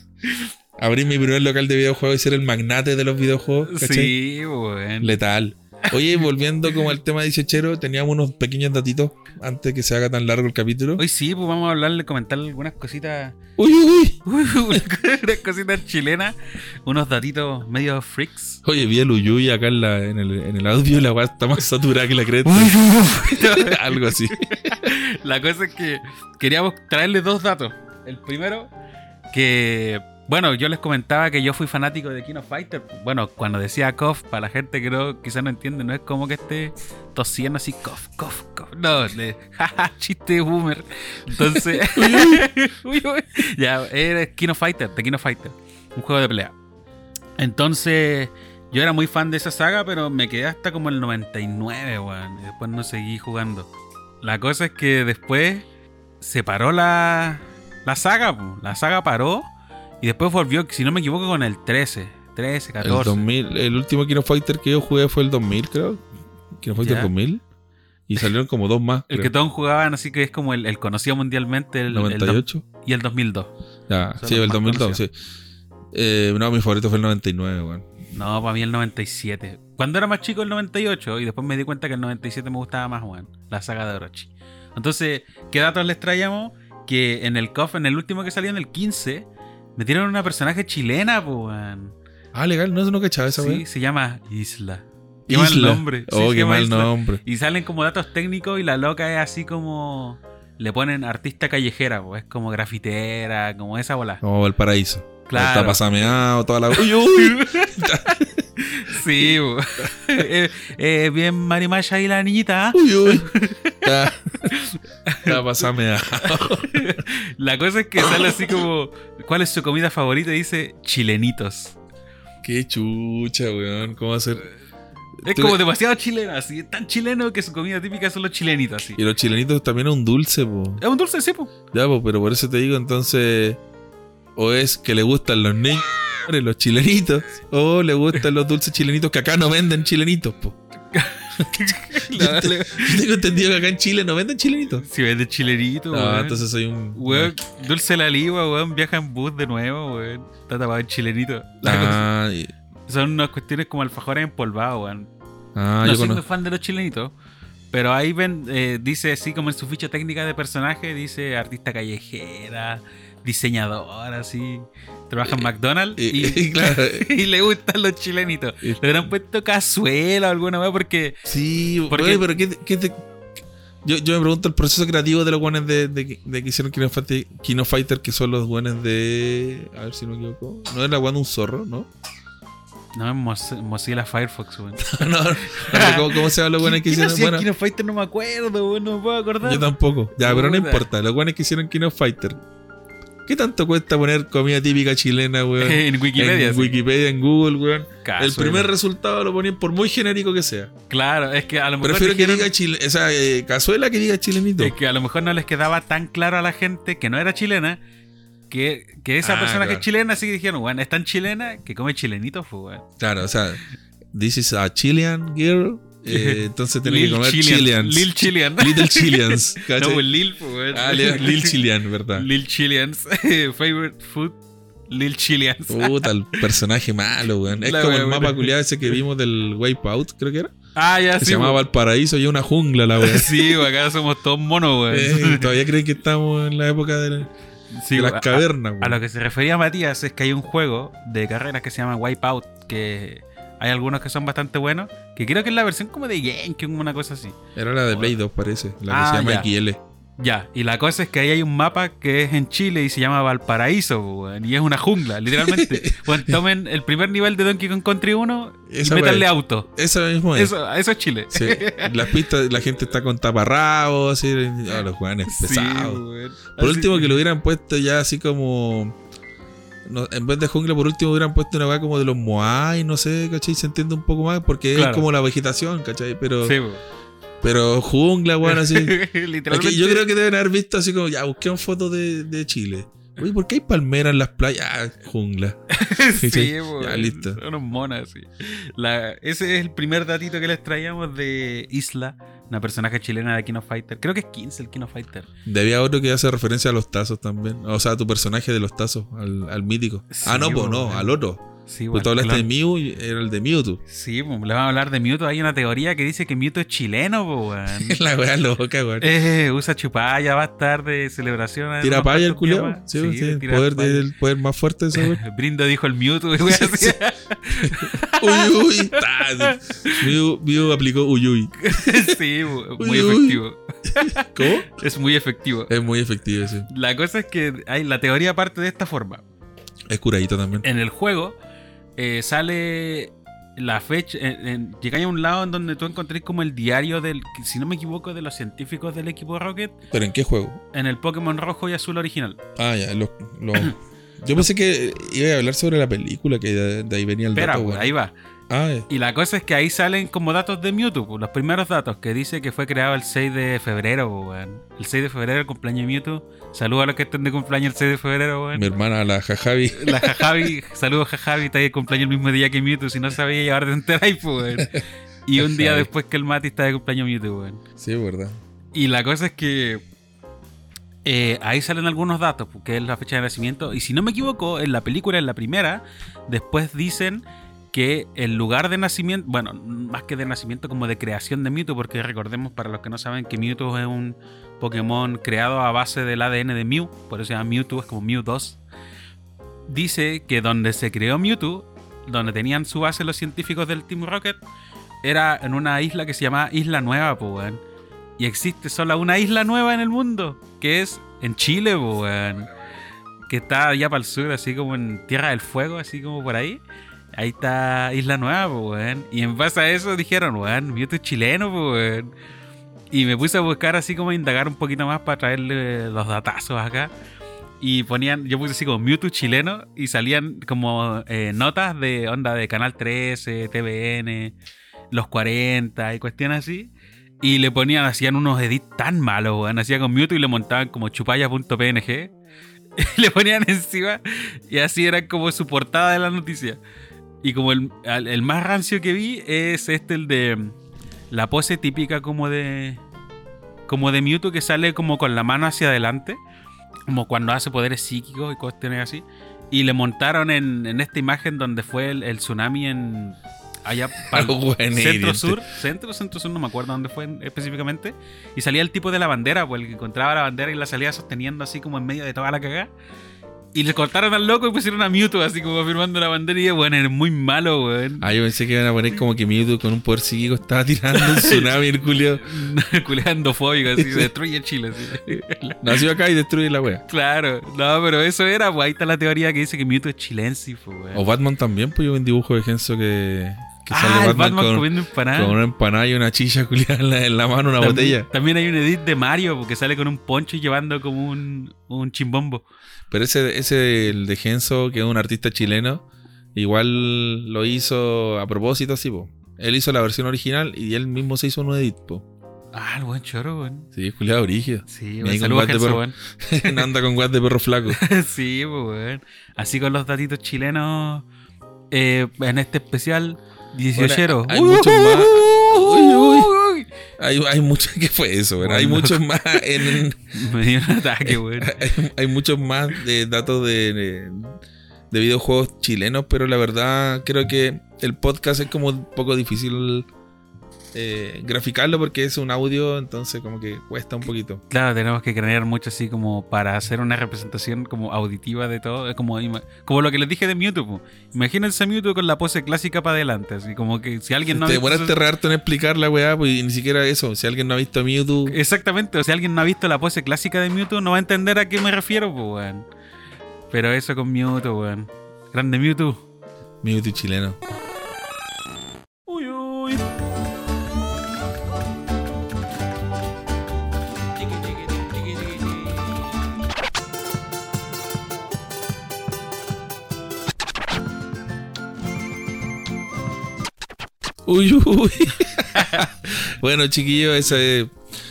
D: Abrir mi primer local de videojuegos y ser el magnate de los videojuegos, ¿cachai?
C: Sí, weón.
D: Letal. Oye, volviendo como al tema de 18, teníamos unos pequeños datitos antes que se haga tan largo el capítulo.
C: Hoy sí, pues vamos a hablarle, comentarle algunas cositas.
D: Uy, uy, uy.
C: Uy, unas cositas chilenas. Unos datitos medio freaks.
D: Oye, vi el Uyuy acá en, la- en el, en el audio y la weá está más saturada que la creta. Algo así.
C: La cosa es que queríamos traerle dos datos. El primero, que Bueno, yo les comentaba que yo fui fanático de King of Fighter. Bueno, cuando decía cough, para la gente que no, quizás no entiende, no es como que esté tosiendo así cough, cough, cough. No, le, jaja, chiste de boomer. Entonces, uy, uy. ya, era King of Fighter, de King of Fighter, un juego de pelea. Entonces, yo era muy fan de esa saga, pero me quedé hasta como el 99, weón. Y después no seguí jugando. La cosa es que después se paró la, la saga, po. la saga paró y después volvió, si no me equivoco, con el 13, 13,
D: El,
C: 14.
D: 2000, el último Kino Fighter que yo jugué fue el 2000, creo. Kino Fighter
C: Ya.
D: 2000. Y salieron como dos más.
C: El
D: creo.
C: que todos jugaban, así que es como el, el conocido mundialmente, el, el do-
D: 98.
C: y el 2002.
D: ya,
C: son
D: sí,
C: los
D: el
C: más
D: 2002, sí. Eh, no, mi favorito fue el 99, weón.
C: No, para mí el 97. Cuando era más chico el 98 y después me di cuenta que el 97 me gustaba más, weón. La saga de Orochi. Entonces, ¿qué datos les traíamos? Que en el COF, en el último que salió en el 15, metieron una personaje chilena, po, weón.
D: Ah, legal, no, eso no cachaba esa,
C: Sí,
D: weón.
C: se llama Isla. Qué
D: Isla.
C: mal nombre. Sí,
D: Oh,
C: se
D: qué
C: llama
D: mal
C: Isla.
D: nombre.
C: Y salen como datos técnicos y la loca es así como... Le ponen artista callejera, po. es como grafitera, como esa bola.
D: Como Valparaíso.
C: Claro.
D: Está pasameado, toda la. Uy,
C: Sí, po. Eh, eh, bien marimaya y la niñita, ¿ah?
D: uy, uy. Está, está pasameado.
C: La cosa es que sale así como, ¿cuál es su comida favorita? Y dice, chilenitos.
D: Qué chucha, weón. ¿Cómo va a ser?
C: Es
D: Tú-
C: como demasiado chileno, así, tan chileno que su comida típica son los chilenitos, así.
D: Y los chilenitos también es un dulce, po.
C: Es un dulce, sí, po.
D: Ya, po, pero por eso te digo, entonces. O es que le gustan los niños, los chilenitos. O le gustan los dulces chilenitos que acá no venden chilenitos, po. Yo te- yo tengo entendido que acá en Chile no venden chilenitos.
C: Si ves de chilenito,
D: No,
C: weón.
D: entonces soy un.
C: Weón, dulce la ligua, weón, viaja en bus de nuevo, weón. Está tapado en chilenito. La cosa-
D: Ah, y-
C: Son unas cuestiones como alfajores empolvados, weón.
D: ah,
C: no
D: yo
C: soy
D: conozco.
C: muy fan de los chilenitos. Pero ahí ven, eh, dice así como en su ficha técnica de personaje, dice artista callejera, diseñadora, así. Trabaja en McDonald's
D: Eh, Y,
C: y,
D: claro,
C: y le gustan los chilenitos.
D: y-
C: Le habrán puesto cazuela o alguna vez porque
D: sí,
C: Porque-
D: oye, pero ¿qué, te- qué te- yo, yo me pregunto el proceso creativo de los guanes de, de- de que hicieron Kino Fighter, Kino Fighter, que son los guanes de. A ver si no me equivoco. No era guan de un zorro, ¿no?
C: no es Mos- Mozilla Firefox, weón.
D: no, no, no, ¿cómo, cómo se llama los guanes que
C: ¿Quién
D: hicieron?
C: hacía
D: Bueno,
C: Kino Fighter? No me acuerdo, weón, no me puedo acordar.
D: yo tampoco. Ya, pero no
C: Puta.
D: importa. Los guanes que hicieron Kino Fighter. ¿Qué tanto cuesta poner comida típica chilena, weón?
C: en Wikipedia.
D: en
C: sí. Ah,
D: Wikipedia, en Google, weón. El
C: Cazuela.
D: primer resultado lo ponían por muy genérico que sea.
C: Claro, es que a lo mejor
D: Prefiero que
C: dijeron-
D: diga chile, esa eh, cazuela que diga chilenito.
C: Es que a lo mejor no les quedaba tan claro a la gente que no era chilena, que, que esa
D: Ah,
C: persona que
D: claro.
C: es chilena, así que dijeron, bueno, es tan chilena que come chilenitos, pues, weón.
D: Claro, o sea, this is a Chilean girl. eh, entonces tiene que
C: Lil
D: comer
C: Chilean,
D: Chileans.
C: Lil Chilean.
D: Little Chileans.
C: No,
D: ¿cachai?
C: pues Lil, pues, weón.
D: ah, Lil, Lil Chilean, ¿verdad?
C: Lil Chileans. Favorite food, Lil Chileans.
D: Puta, el personaje malo, weón. Es
C: La
D: como
C: wea,
D: el mapa
C: bueno.
D: culiado ese que vimos del Wipeout, creo que era.
C: ah, ya,
D: Que
C: sí.
D: se llamaba
C: weón.
D: Valparaíso y una jungla, la weón.
C: Sí, weón, acá somos todos monos, weón.
D: todavía creen que estamos en la época de, la-
C: Sí,
D: Eh, de
C: weón.
D: las cavernas,
C: A
D: weón.
C: lo que se refería Matías es que hay un juego de carreras que se llama Wipeout, que hay algunos que son bastante buenos, que creo que es la versión como de GameCube, una cosa así.
D: Era la de Play 2, parece. La que
C: Oh. Ah,
D: se
C: ya.
D: llama XL.
C: Ya, y la cosa es que ahí hay un mapa que es en Chile y se llama Valparaíso, weón, y es una jungla, literalmente. Weón, tomen el primer nivel de Donkey Kong Country 1 y
D: Esa
C: métanle
D: wea.
C: auto.
D: Esa misma es.
C: Eso, eso es Chile.
D: Sí, las pistas, la gente está con taparrabos, así, ah, los jugadores
C: Sí,
D: pesados.
C: weón.
D: por
C: Así-
D: último, que lo hubieran puesto ya así como. no, en vez de jungla, por último, hubieran puesto una weá como de los Moai, no sé, ¿cachai? Se entiende un poco más, porque es
C: Claro.
D: como la vegetación, ¿cachai? Pero,
C: Sí, weón.
D: pero jungla, weón, así. Es
C: literalmente.
D: que yo creo que deben haber visto así como, ya, busqué fotos de, de Chile. Oye, ¿por qué hay palmeras en las playas? Ah, jungla.
C: sí,
D: sí.
C: weón.
D: Ya, listo.
C: Son unos monos, sí. La- ese es el primer datito que les traíamos de Isla, una personaje chilena de Kino Fighter. Creo que es 15 el Kino Fighter.
D: Debía otro que hace referencia a los tazos también. O sea, a tu personaje de los tazos, al, al mítico.
C: Sí,
D: ah, no, pues no,
C: weón.
D: al otro.
C: Sí, weón,
D: Pues tú hablaste
C: clon.
D: de Mew y era el de Mewtwo.
C: Sí, pues, le vamos a hablar de Mewtwo. Hay una teoría que dice que Mewtwo es chileno, po, weón.
D: la weá loca, weón.
C: Eh, usa chupalla, va a estar de celebración. en
D: Tira
C: unos
D: paya el
C: cuantos
D: culiao.
C: días más.
D: Sí, sí, el
C: tira
D: poder,
C: paya.
D: el poder más fuerte de ese weón.
C: Brindo dijo el Mewtwo, weón, así.
D: sí. Uy, uy. ta. Mew, Mew aplicó uy, uy.
C: Sí, weón,
D: Uy,
C: muy
D: uy.
C: efectivo.
D: ¿Cómo?
C: Es muy efectivo.
D: Es muy efectivo, sí.
C: La cosa es que hay, la teoría parte de esta forma.
D: Es curadito también.
C: en el juego eh, sale la fecha. en- en- llegáis a un lado en donde tú encontréis como el diario del, si no me equivoco, de los científicos del equipo Rocket
D: ¿Pero en qué juego?
C: en el Pokémon rojo y azul original.
D: Ah, ya, lo, lo- Yo pensé que iba a hablar sobre la película, que de, de ahí venía el
C: Espera,
D: dato,
C: pues,
D: weón.
C: ahí va.
D: Ah, ya.
C: Y la cosa es que ahí salen como datos de Mewtwo, pues, los primeros datos, que dice que fue creado el 6 de febrero, pues, weón. El 6 de febrero, el cumpleaños de Mewtwo. Saludos a los que estén de cumpleaños el 6 de febrero, weón.
D: mi hermana, la jajavi.
C: La Jajavi, saludos Jajavi, está de cumpleaños el mismo día que Mewtwo, si no sabía llevar de enteráis, pues, weón. Y un día
D: Jajavi.
C: después que el Mati está de cumpleaños Mewtwo, weón.
D: Sí, es verdad.
C: Y la cosa es que eh, ahí salen algunos datos, porque es la fecha de nacimiento. Y si no me equivoco, en la película, en la primera, después dicen que el lugar de nacimiento, bueno, más que de nacimiento, como de creación de Mewtwo, porque recordemos para los que no saben que Mewtwo es un Pokémon creado a base del ADN de Mew, por eso se llama Mewtwo, es como Mew 2. Dice que donde se creó Mewtwo, donde tenían su base los científicos del Team Rocket, era en una isla que se llama Isla Nueva, pues, weón. Y existe solo una isla nueva en el mundo, que es en Chile, po, weón. Que está allá para el sur, así como en Tierra del Fuego, así como por ahí. Ahí está Isla Nueva, po, weón. Y en base a eso dijeron, weón, Mewtwo es chileno, po, weón. Y me puse a buscar así como a indagar un poquito más para traerle los datazos acá. Y ponían, yo puse así como Mewtwo chileno y salían como eh, notas de onda de Canal 13, TVN, Los 40 y cuestiones así. Y le ponían, hacían unos edits tan malos, weón. Hacían con Mewtwo y le montaban como chupaya.png. le ponían encima y así era como su portada de la noticia. Y como el, al- el más rancio que vi es este, el de mm, la pose típica como de... Como de Mewtwo que sale como con la mano hacia adelante. Como cuando hace poderes psíquicos y cuestiones así. Y le montaron en, en esta imagen donde fue el, el tsunami en... Allá pa'l-
D: Los weones
C: Centro
D: hirientes.
C: Sur, Centro, Centro Sur, no me acuerdo dónde fue en- específicamente. Y salía el tipo de la bandera, pues el que encontraba la bandera y la salía sosteniendo así como en medio de toda la cagada. Y le cortaron al loco y pusieron a Mewtwo así como firmando la bandera. Y bueno, es muy malo, weón.
D: Ah, yo pensé que iban a poner como que Mewtwo con un poder psíquico estaba tirando un tsunami, el culio.
C: Culeando fóbico, así, se destruye Chile. así.
D: Nació acá y destruye la wea.
C: Claro, no, pero eso era, pues ahí está la teoría que dice que Mewtwo es chilense, pues,
D: O
C: weón.
D: Batman también, pues yo vi un dibujo de Genso que, que sale
C: ah, el
D: Batman,
C: Batman
D: con,
C: comiendo empanada.
D: con una empanada y una chicha culiada en la, en la mano, una
C: También-
D: botella.
C: También hay un edit de Mario, porque sale con un poncho y llevando como un, un chimbombo.
D: Pero ese, ese el de Genso, que es un artista chileno, igual lo hizo a propósito así, po. Él hizo la versión original y él mismo se hizo un edit, po.
C: Ah, el buen choro, weón.
D: Sí, es culiado brígido.
C: Sí,
D: Y
C: weón.
D: ahí con
C: Saludos,
D: guante
C: Gelso,
D: por-
C: weón.
D: Anda con guas de perro flaco.
C: Sí, pues, weón. Así con los datitos chilenos eh, en este especial 18.
D: hay muchos más. Uy, uy.
C: uy.
D: Hay, hay muchos que fue eso, ¿verdad? Hay
C: Bueno.
D: muchos más en,
C: Me dio un ataque, weón.
D: hay, hay muchos más de datos de, de, de videojuegos chilenos, pero la verdad creo que el podcast es como un poco difícil eh, graficarlo porque es un audio, entonces como que cuesta un poquito.
C: Claro, tenemos que creer mucho así como para hacer una representación como auditiva de todo. Es como, ima- como lo que les dije de Mewtwo. po. Imagínense a Mewtwo con la pose clásica para adelante. Así como que si alguien no ha
D: Te
C: visto
D: demoraste
C: eso-
D: re harto en explicar la weá, pues, y ni siquiera eso. Si alguien no ha visto Mewtwo,
C: Eh, Exactamente, o si alguien no ha visto la pose clásica de Mewtwo, no va a entender a qué me refiero, pues, weón. Pero eso con Mewtwo, weón. Grande Mewtwo.
D: Mewtwo chileno.
C: Uy, uy.
D: Uy, uy. bueno, chiquillos, esa eh,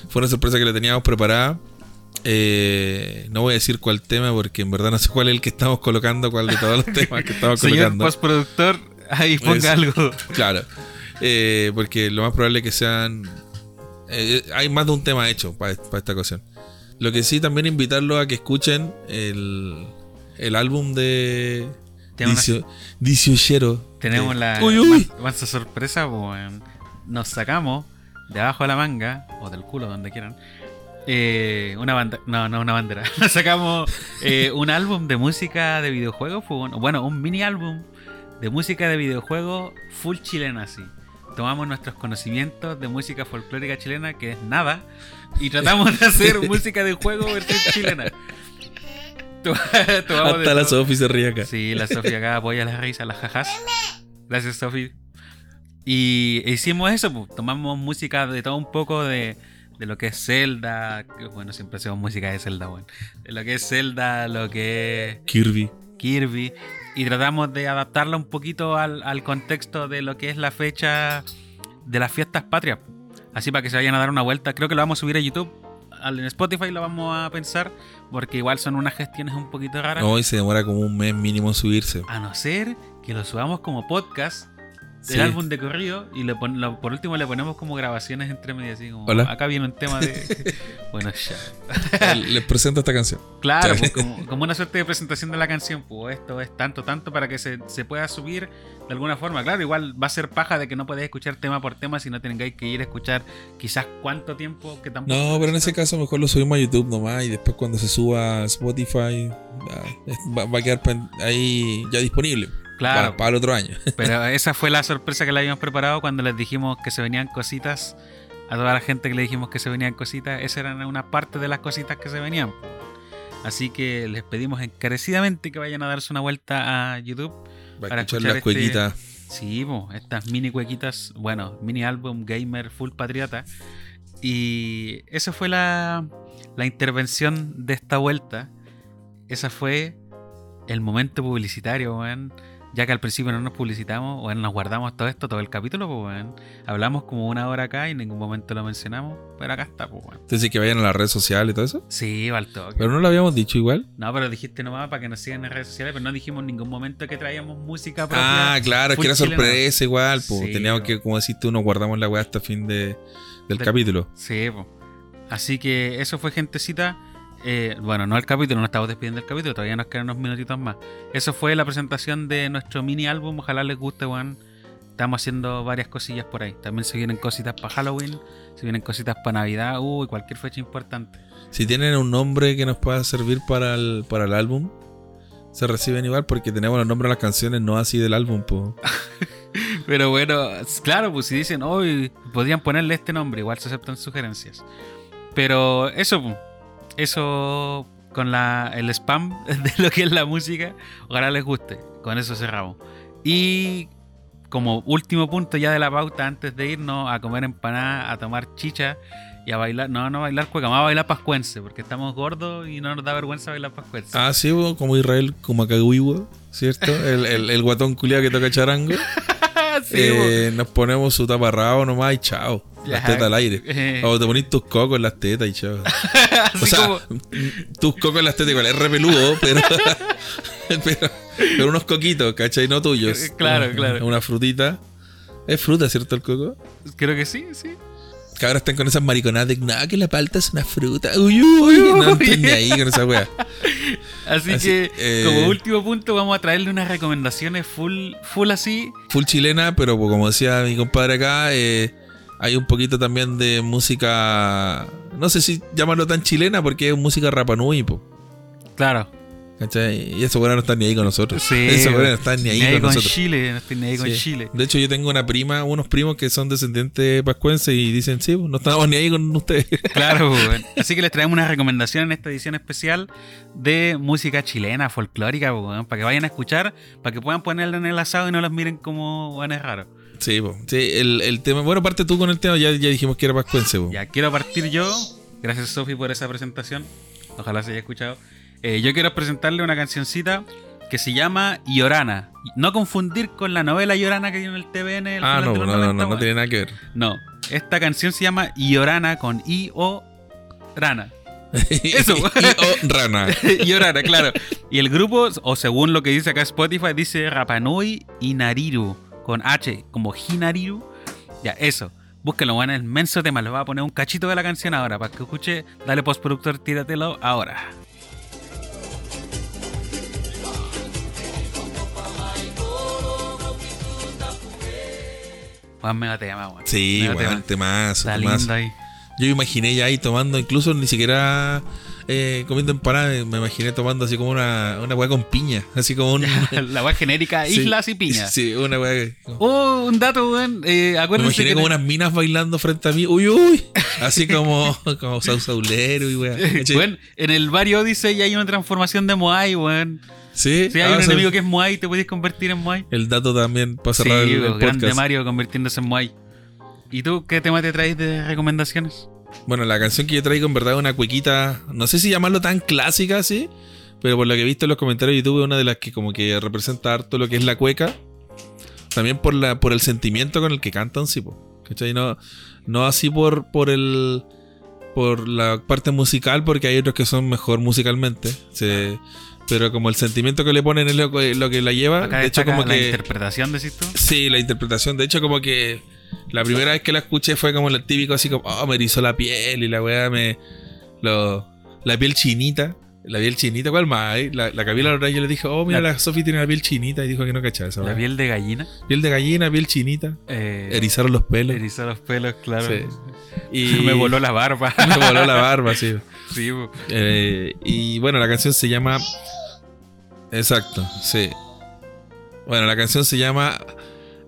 D: fue una sorpresa que le teníamos preparada. Eh, no voy a decir cuál tema porque en verdad no sé cuál es el que estamos colocando, cuál de todos los temas que estamos
C: Señor
D: colocando.
C: postproductor, ahí ponga
D: Eso.
C: algo.
D: Claro, Eh, porque lo más probable es que sean. eh, hay más de un tema hecho para esta ocasión. Lo que sí, también invitarlos a que escuchen el, el álbum de.
C: Tenemos
D: Dicio- Diciochero.
C: Tenemos
D: Eh,
C: la
D: Uy, uy.
C: man- mansa sorpresa, po, weón. Nos sacamos de abajo de la manga, o del culo, donde quieran, eh, una banda. No, no, una bandera. Nos sacamos eh, un álbum de música de videojuegos, po, bueno, bueno, un mini álbum de música de videojuegos full chilena, así. Tomamos nuestros conocimientos de música folclórica chilena, que es nada, y tratamos de hacer música de juego versión chilena. Tu- tu amo de
D: Hasta la
C: todo.
D: Sofi se ríe acá.
C: Sí, la Sofía acá apoya las risas, las jajas. Gracias, Sofi. Y hicimos eso, pues, tomamos música de todo un poco de, de lo que es Zelda. que, Bueno, siempre hacemos música de Zelda, bueno. De lo que es Zelda, lo que es
D: Kirby.
C: Kirby. Y tratamos de adaptarla un poquito al, al contexto de lo que es la fecha de las fiestas patrias. Así para que se vayan a dar una vuelta. Creo que lo vamos a subir a YouTube. al- En Spotify lo vamos a pensar. Porque igual son unas gestiones un poquito raras.
D: Hoy se demora como un mes mínimo en subirse.
C: A no ser que lo subamos como podcast del
D: Sí.
C: álbum de corrido y le pon- lo- por último le ponemos como grabaciones entre medio así como
D: Hola.
C: acá viene un tema de bueno ya
D: Les presento esta canción.
C: claro
D: Ya.
C: pues, como, como una suerte de presentación de la canción pues esto es tanto tanto para que se, se pueda subir de alguna forma claro igual va a ser paja de que no podéis escuchar tema por tema si no tengáis que ir a escuchar quizás cuánto tiempo que tampoco
D: No, pero en ese caso mejor lo subimos a YouTube nomás y después cuando se suba a Spotify ah, es- va, va a quedar pen- ahí ya disponible
C: claro
D: para, para el otro año.
C: Pero esa fue la sorpresa que le habíamos preparado cuando les dijimos que se venían cositas. A toda la gente que le dijimos que se venían cositas, esa era una parte de las cositas que se venían. Así que les pedimos encarecidamente que vayan a darse una vuelta a YouTube.
D: Va
C: Para
D: a escuchar
C: escuchar
D: las
C: este-
D: cuequitas.
C: Sí, po, estas mini cuequitas, bueno, mini álbum gamer full patriota. Y esa fue la, la intervención de esta vuelta. Esa fue el momento publicitario, weón. Ya que al principio no nos publicitamos, weón, nos guardamos todo esto, todo el capítulo, pues, weón. Hablamos como una hora acá y en ningún momento lo mencionamos, pero acá está, pues, weón.
D: Entonces que vayan a las redes sociales y todo eso.
C: Sí, va al toque.
D: Pero no lo habíamos dicho igual.
C: No, pero dijiste nomás para que nos sigan en redes sociales, pero no dijimos en ningún momento que traíamos música propia.
D: Ah, claro, es
C: full
D: que era
C: chilena.
D: sorpresa igual. po.
C: Sí,
D: Teníamos
C: po.
D: que, como decís tú, nos guardamos la weá hasta fin de, del
C: Del-
D: capítulo.
C: Sí, po. así que eso fue gentecita. Eh, bueno, no el capítulo, no estamos despidiendo el capítulo, todavía nos quedan unos minutitos más. Eso fue la presentación de nuestro mini álbum, ojalá les guste, weón. Estamos haciendo varias cosillas por ahí. También se vienen cositas para Halloween, se vienen cositas para Navidad, uy, cualquier fecha importante.
D: Si tienen un nombre que nos pueda servir para el, para el álbum, se reciben igual porque tenemos los nombres de las canciones, no así del álbum. po.
C: Pero bueno, claro, pues si dicen, hoy podrían ponerle este nombre, igual se aceptan sugerencias. Pero eso, pu, eso con la, el spam de lo que es la música, ojalá les guste. Con eso cerramos. Y como último punto ya de la pauta, antes de irnos a comer empanada, a tomar chicha y a bailar, no, no bailar cueca, vamos a bailar pascuense, porque estamos gordos y no nos da vergüenza bailar pascuense.
D: Ah, sí, po, como Israel Kumakawiwa, ¿cierto? El, el, el guatón culiado que toca charango.
C: Sí, pues.
D: Eh, nos ponemos su taparrabo nomás y chao. Las
C: Ya.
D: tetas al aire.
C: pu. Eh,
D: O te ponís tus cocos en las tetas y chao.
C: así
D: O sea,
C: como-
D: tus cocos en las tetas igual es repeludo, pero, pero. pero unos coquitos, ¿cachai? No tuyos.
C: Eh, Claro,
D: Una-
C: claro.
D: Una frutita. Es fruta, ¿cierto? El coco.
C: creo que sí, sí.
D: Que ahora están con esas mariconadas de no, que la palta es una fruta. Uy, uy, no
C: Uy.
D: entendí ahí con esa wea.
C: Así,
D: Así,
C: que,
D: eh,
C: como último punto, vamos a traerle unas recomendaciones full, full así.
D: Full chilena, pero pues, como decía mi compadre acá, eh, hay un poquito también de música. No sé si llamarlo tan chilena porque es música rapanui, po.
C: Claro.
D: ¿Cachai? Y esos weones no están ni ahí con nosotros.
C: Sí.
D: Esos weones no están ni ahí con,
C: con,
D: nosotros.
C: Chile, no estoy ni ahí con
D: Sí.
C: Chile.
D: De hecho, yo tengo una prima, unos primos que son descendientes pascuenses y dicen, sí, pues, no estamos ni ahí con ustedes.
C: Claro, pues, bueno. Así que les traemos una recomendación en esta edición especial de música chilena, folclórica, pues, bueno, para que vayan a escuchar, para que puedan ponerla en el asado y no los miren como van es raro.
D: sí, po. sí el, el tema. Bueno, parte tú con el tema, ya, ya dijimos que era pascuense, po.
C: Ya quiero partir yo. Gracias, Sofi, por esa presentación. Ojalá se haya escuchado. Eh, yo quiero presentarle una cancioncita que se llama Llorana. No confundir con la novela Llorana que dio en el TVN. el
D: Ah,
C: final
D: no,
C: de los
D: no, no, no,
C: 90,
D: no,
C: weón.
D: tiene nada que ver.
C: No, esta canción se llama Llorana con I-O Rana. Eso.
D: y, oh, rana.
C: Llorana, claro. Y el grupo, o según lo que dice acá Spotify, dice Rapanui y Nariru con H, como Hinariru. Ya, eso. Búsquenlo, bueno, el menso tema. Les voy a poner un cachito de la canción ahora para que escuche. Dale, postproductor, tíratelo ahora. Juan, mega tema, weón.
D: Sí,
C: Mega
D: weón,
C: tema.
D: temazo,
C: Está
D: temazo.
C: lindo ahí.
D: Yo imaginé ya ahí tomando, incluso ni siquiera eh, comiendo empanadas, eh, me imaginé tomando así como una, una weá con piña. Así como un.
C: La weá genérica,
D: Sí.
C: islas y piñas.
D: Sí, una weá. que- como-
C: Oh, un dato, weón. Eh,
D: me
C: acuérdense
D: imaginé
C: que
D: como unas minas bailando frente a mí. Uy, uy. Así como, como sausaulero y weá. ¿cachai?
C: Weón, en el barrio Odyssey hay una transformación de Moai, weón.
D: sí,
C: Si hay
D: ah,
C: un
D: sí.
C: enemigo que es Moai, te puedes convertir en Moai.
D: El dato también para
C: Sí,
D: cerrar el- el,
C: weón, grande
D: podcast.
C: Mario convirtiéndose en Moai. ¿Y tú qué tema te traes de recomendaciones?
D: Bueno, la canción que yo traigo en verdad es una cuequita, no sé si llamarlo tan clásica así, pero por lo que he visto en los comentarios de YouTube es una de las que como que representa harto lo que es la cueca. También por la por el sentimiento con el que cantan, sí, po, ¿cachai? No, no así por, por el por la parte musical, porque hay otros que son mejor musicalmente, se- pero como el sentimiento que le ponen es lo, que- lo que la lleva.
C: Acá
D: de hecho,
C: destaca
D: como
C: la
D: que...
C: interpretación, decís tú.
D: Sí, la interpretación. De hecho, como que la primera vez que la escuché fue como el típico, así como, oh, me erizó la piel y la weá me. lo- la piel chinita. La piel chinita, ¿cuál más? hay? La, la Camila Lora, yo le dije, oh, mira, la,
C: La-
D: Sofi tiene la piel chinita y dijo que no cachaba esa
C: La
D: weá.
C: piel de gallina.
D: Piel de gallina, piel chinita.
C: Eh,
D: Erizaron los pelos.
C: erizó los pelos, claro.
D: Sí.
C: Y me voló la barba.
D: me voló la barba, sí.
C: Sí, weón.
D: Eh, y bueno, la canción se llama. Exacto, sí. Bueno, la canción se llama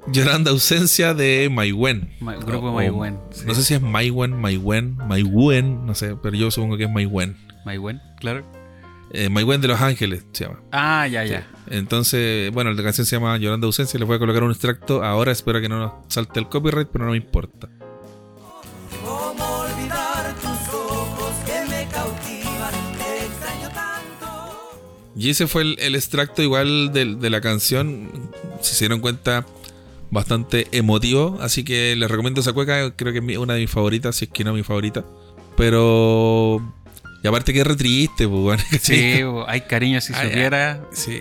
D: Llorando Ausencia de Maywen.
C: Ma- grupo
D: O-
C: Maywen.
D: Ah, oh. No sé si es Maywen, Maywen, Maywen, no sé, pero yo supongo que es Maywen.
C: Maywen, claro.
D: Eh, Maywen de Los Ángeles se llama.
C: Ah, ya, ya.
D: Entonces, bueno, la canción se llama Llorando Ausencia. Les voy a colocar un extracto ahora. Espero que no nos salte el copyright, pero no me importa.
A: ¿Cómo olvidar tus ojos que me cautivan? Te extraño tanto.
D: Y ese fue el, el extracto igual del- de, la canción, si se dieron cuenta, bastante emotivo. Así que les recomiendo esa cueca, creo que es mi- una de mis favoritas, si es que no mi favorita. Pero... Y aparte que es re triste, pues, bueno,
C: Sí, bo, hay cariño si
D: Ay,
C: supiera.
D: Ah, sí.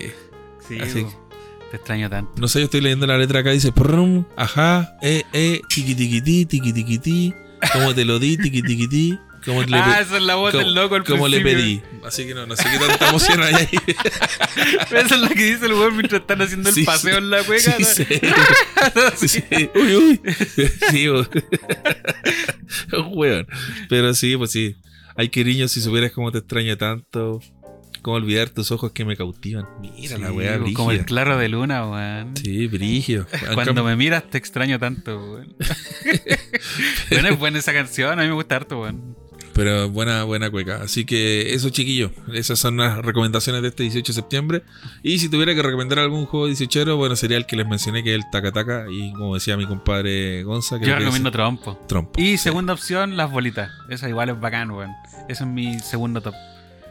C: Sí,
D: así
C: bo, te extraño tanto.
D: No sé, yo estoy leyendo la letra acá, dice, prum, ajá, eh, eh, tiqui tiqui ti, tiqui tiqui ti, cómo te lo di, tiqui tiqui ti, cómo le,
C: ah,
D: pedí
C: esa es la voz del loco al
D: cómo le pedí.
C: principio.
D: Así que no, no sé qué tanta emoción hay ahí.
C: Esa es la que dice el weón mientras están haciendo el
D: Sí,
C: paseo en la
D: Sí,
C: cueca. ¿no?
D: sí. Sí. Uy, uy. Sí, bo. Weón. Pero sí, pues sí. Ay, queriño, si supieras cómo te extraño tanto, cómo olvidar tus ojos que me cautivan. Mira la
C: Sí,
D: weá,
C: bo, Como el
D: brígida.
C: claro de luna, weón.
D: Sí, brigio.
C: Cuando me miras te extraño tanto, weón. bueno, es buena esa canción, a mí me gusta harto, weón.
D: Pero buena, buena cueca. Así que eso, chiquillo. Esas son las recomendaciones de este 18 de septiembre. Y si tuviera que recomendar algún juego 18, bueno, sería el que les mencioné, que es el Taca Taca. Y como decía mi compadre Gonza, creo
C: Yo
D: que es
C: recomiendo Trompo.
D: Trompo.
C: Y segunda opción, las bolitas. Esa igual es bacán, weón. Ese es mi segundo top.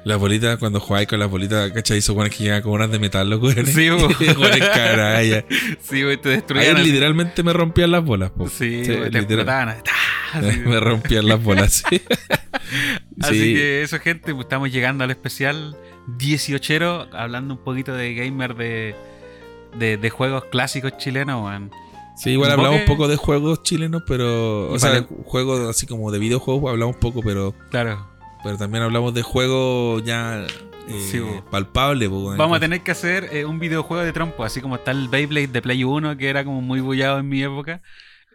D: Las bolitas, cuando jugáis con las bolitas, ¿cachai? Esos buenas que llegan con unas de metal, loco.
C: Sí, bo.
D: caraya.
C: Sí, weón, te
D: Ahí
C: destruyeron.
D: literalmente me rompían las bolas, po.
C: Sí,
D: Sí,
C: weón, te
D: literal.
C: explotaban. Ah, así, ¡tah! Así,
D: me rompían las bolas, sí.
C: Así
D: Sí.
C: que eso, gente, pues, estamos llegando al especial 18 hablando un poquito de gamer de, de, de juegos clásicos chilenos, weón.
D: Sí, igual hablamos
C: Invoque-
D: un poco de juegos chilenos, pero. O sea,
C: Vale.
D: juegos así como de videojuegos, hablamos poco, pero.
C: Claro.
D: Pero también hablamos de juego ya eh,
C: Sí, bo.
D: palpable. bo, bueno.
C: Vamos a tener que hacer eh, un videojuego de trompo, así como está el Beyblade de Play 1, que era como muy bullado en mi época.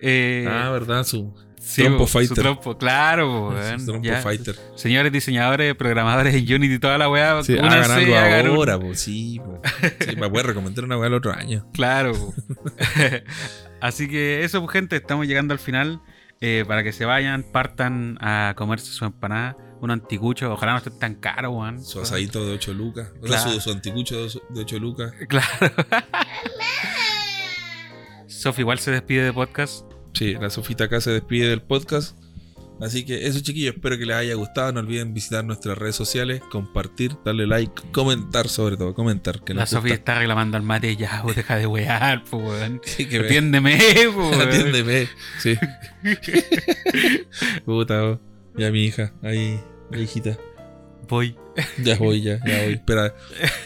C: Eh,
D: Ah, verdad, su,
C: sí,
D: Trompo
C: bo, su
D: Fighter.
C: trompo, claro, bo, weón,
D: su Trompo
C: ya.
D: Fighter.
C: Señores diseñadores, programadores en Unity, toda la weá.
D: Sí,
C: únanse,
D: hagan algo
C: hagan un-
D: ahora, bo, sí, bo. Sí, para poder recomendar una weá el otro año.
C: Claro. po. Así que eso, pues, gente, estamos llegando al final. Eh, para que se vayan, partan a comerse su empanada, un anticucho. Ojalá no esté tan caro, weón.
D: Su asadito de 8 lucas. O sea,
C: Ah. Claro.
D: su, su anticucho de 8 lucas.
C: Claro. Sofi igual se despide de podcast.
D: Sí, la Sofita acá se despide del podcast. Así que eso, chiquillos, espero que les haya gustado. No olviden visitar nuestras redes sociales, compartir, darle like, comentar sobre todo, comentar. Que
C: La
D: les
C: Sofi
D: gusta.
C: está reclamando al mate ya, pues, deja de wear, pues, weón.
D: Sí, que vean.
C: Atiéndeme, pues, weón.
D: Atiéndeme. Sí. Puta, oh. ya mi hija. Ahí, la hijita.
C: Voy.
D: Ya voy, ya, ya voy. Espera,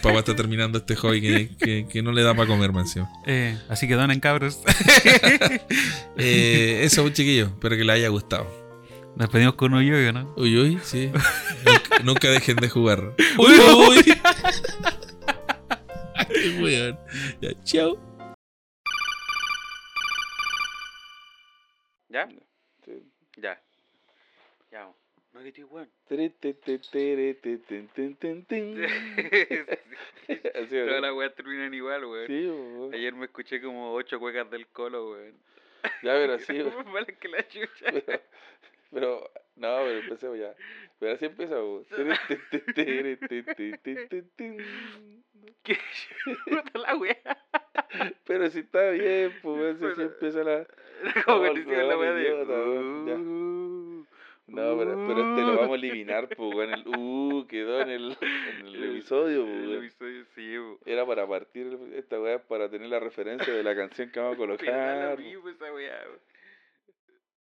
D: papá está terminando este hobby que, que- que no le da para comer, mansión.
C: Eh, así que donen, cabros.
D: Eh, eso, chiquillos. Espero que les haya gustado.
C: Nos pedimos con un yoyo, ¿no?
D: Uy, uy, sí. Nunca, nunca dejen de jugar. Uy, uy. Qué weón. Ya, chao.
E: Ya. No que estoy weón. Así,
C: Todas
E: ¿verdad?
C: las weas terminan igual, weón.
E: Sí, po.
C: Ayer me escuché como ocho cuecas del colo, weón.
E: ya, pero sí,
C: Más malas que la chucha.
E: pero, pero, no, pero empecemos ya. Pero así empieza, po.
C: Que puta la wea.
E: Pero si está bien, pues, si así
C: Pero-
E: empieza la...
C: Como que
E: Oh,
C: te hicieron la wea
E: weón,
C: de.
E: idiota, weón, ya.
C: "Uh".
E: No, pero, pero este lo vamos a eliminar, pues, weón. El uh quedó en el, en el episodio, pues,
C: El
E: weón.
C: episodio, sí, weón.
E: Era para partir el- esta weá, para tener la referencia de la canción que vamos a
C: Pero da lo
E: colocar. pues.
C: mismo esa weá, weón.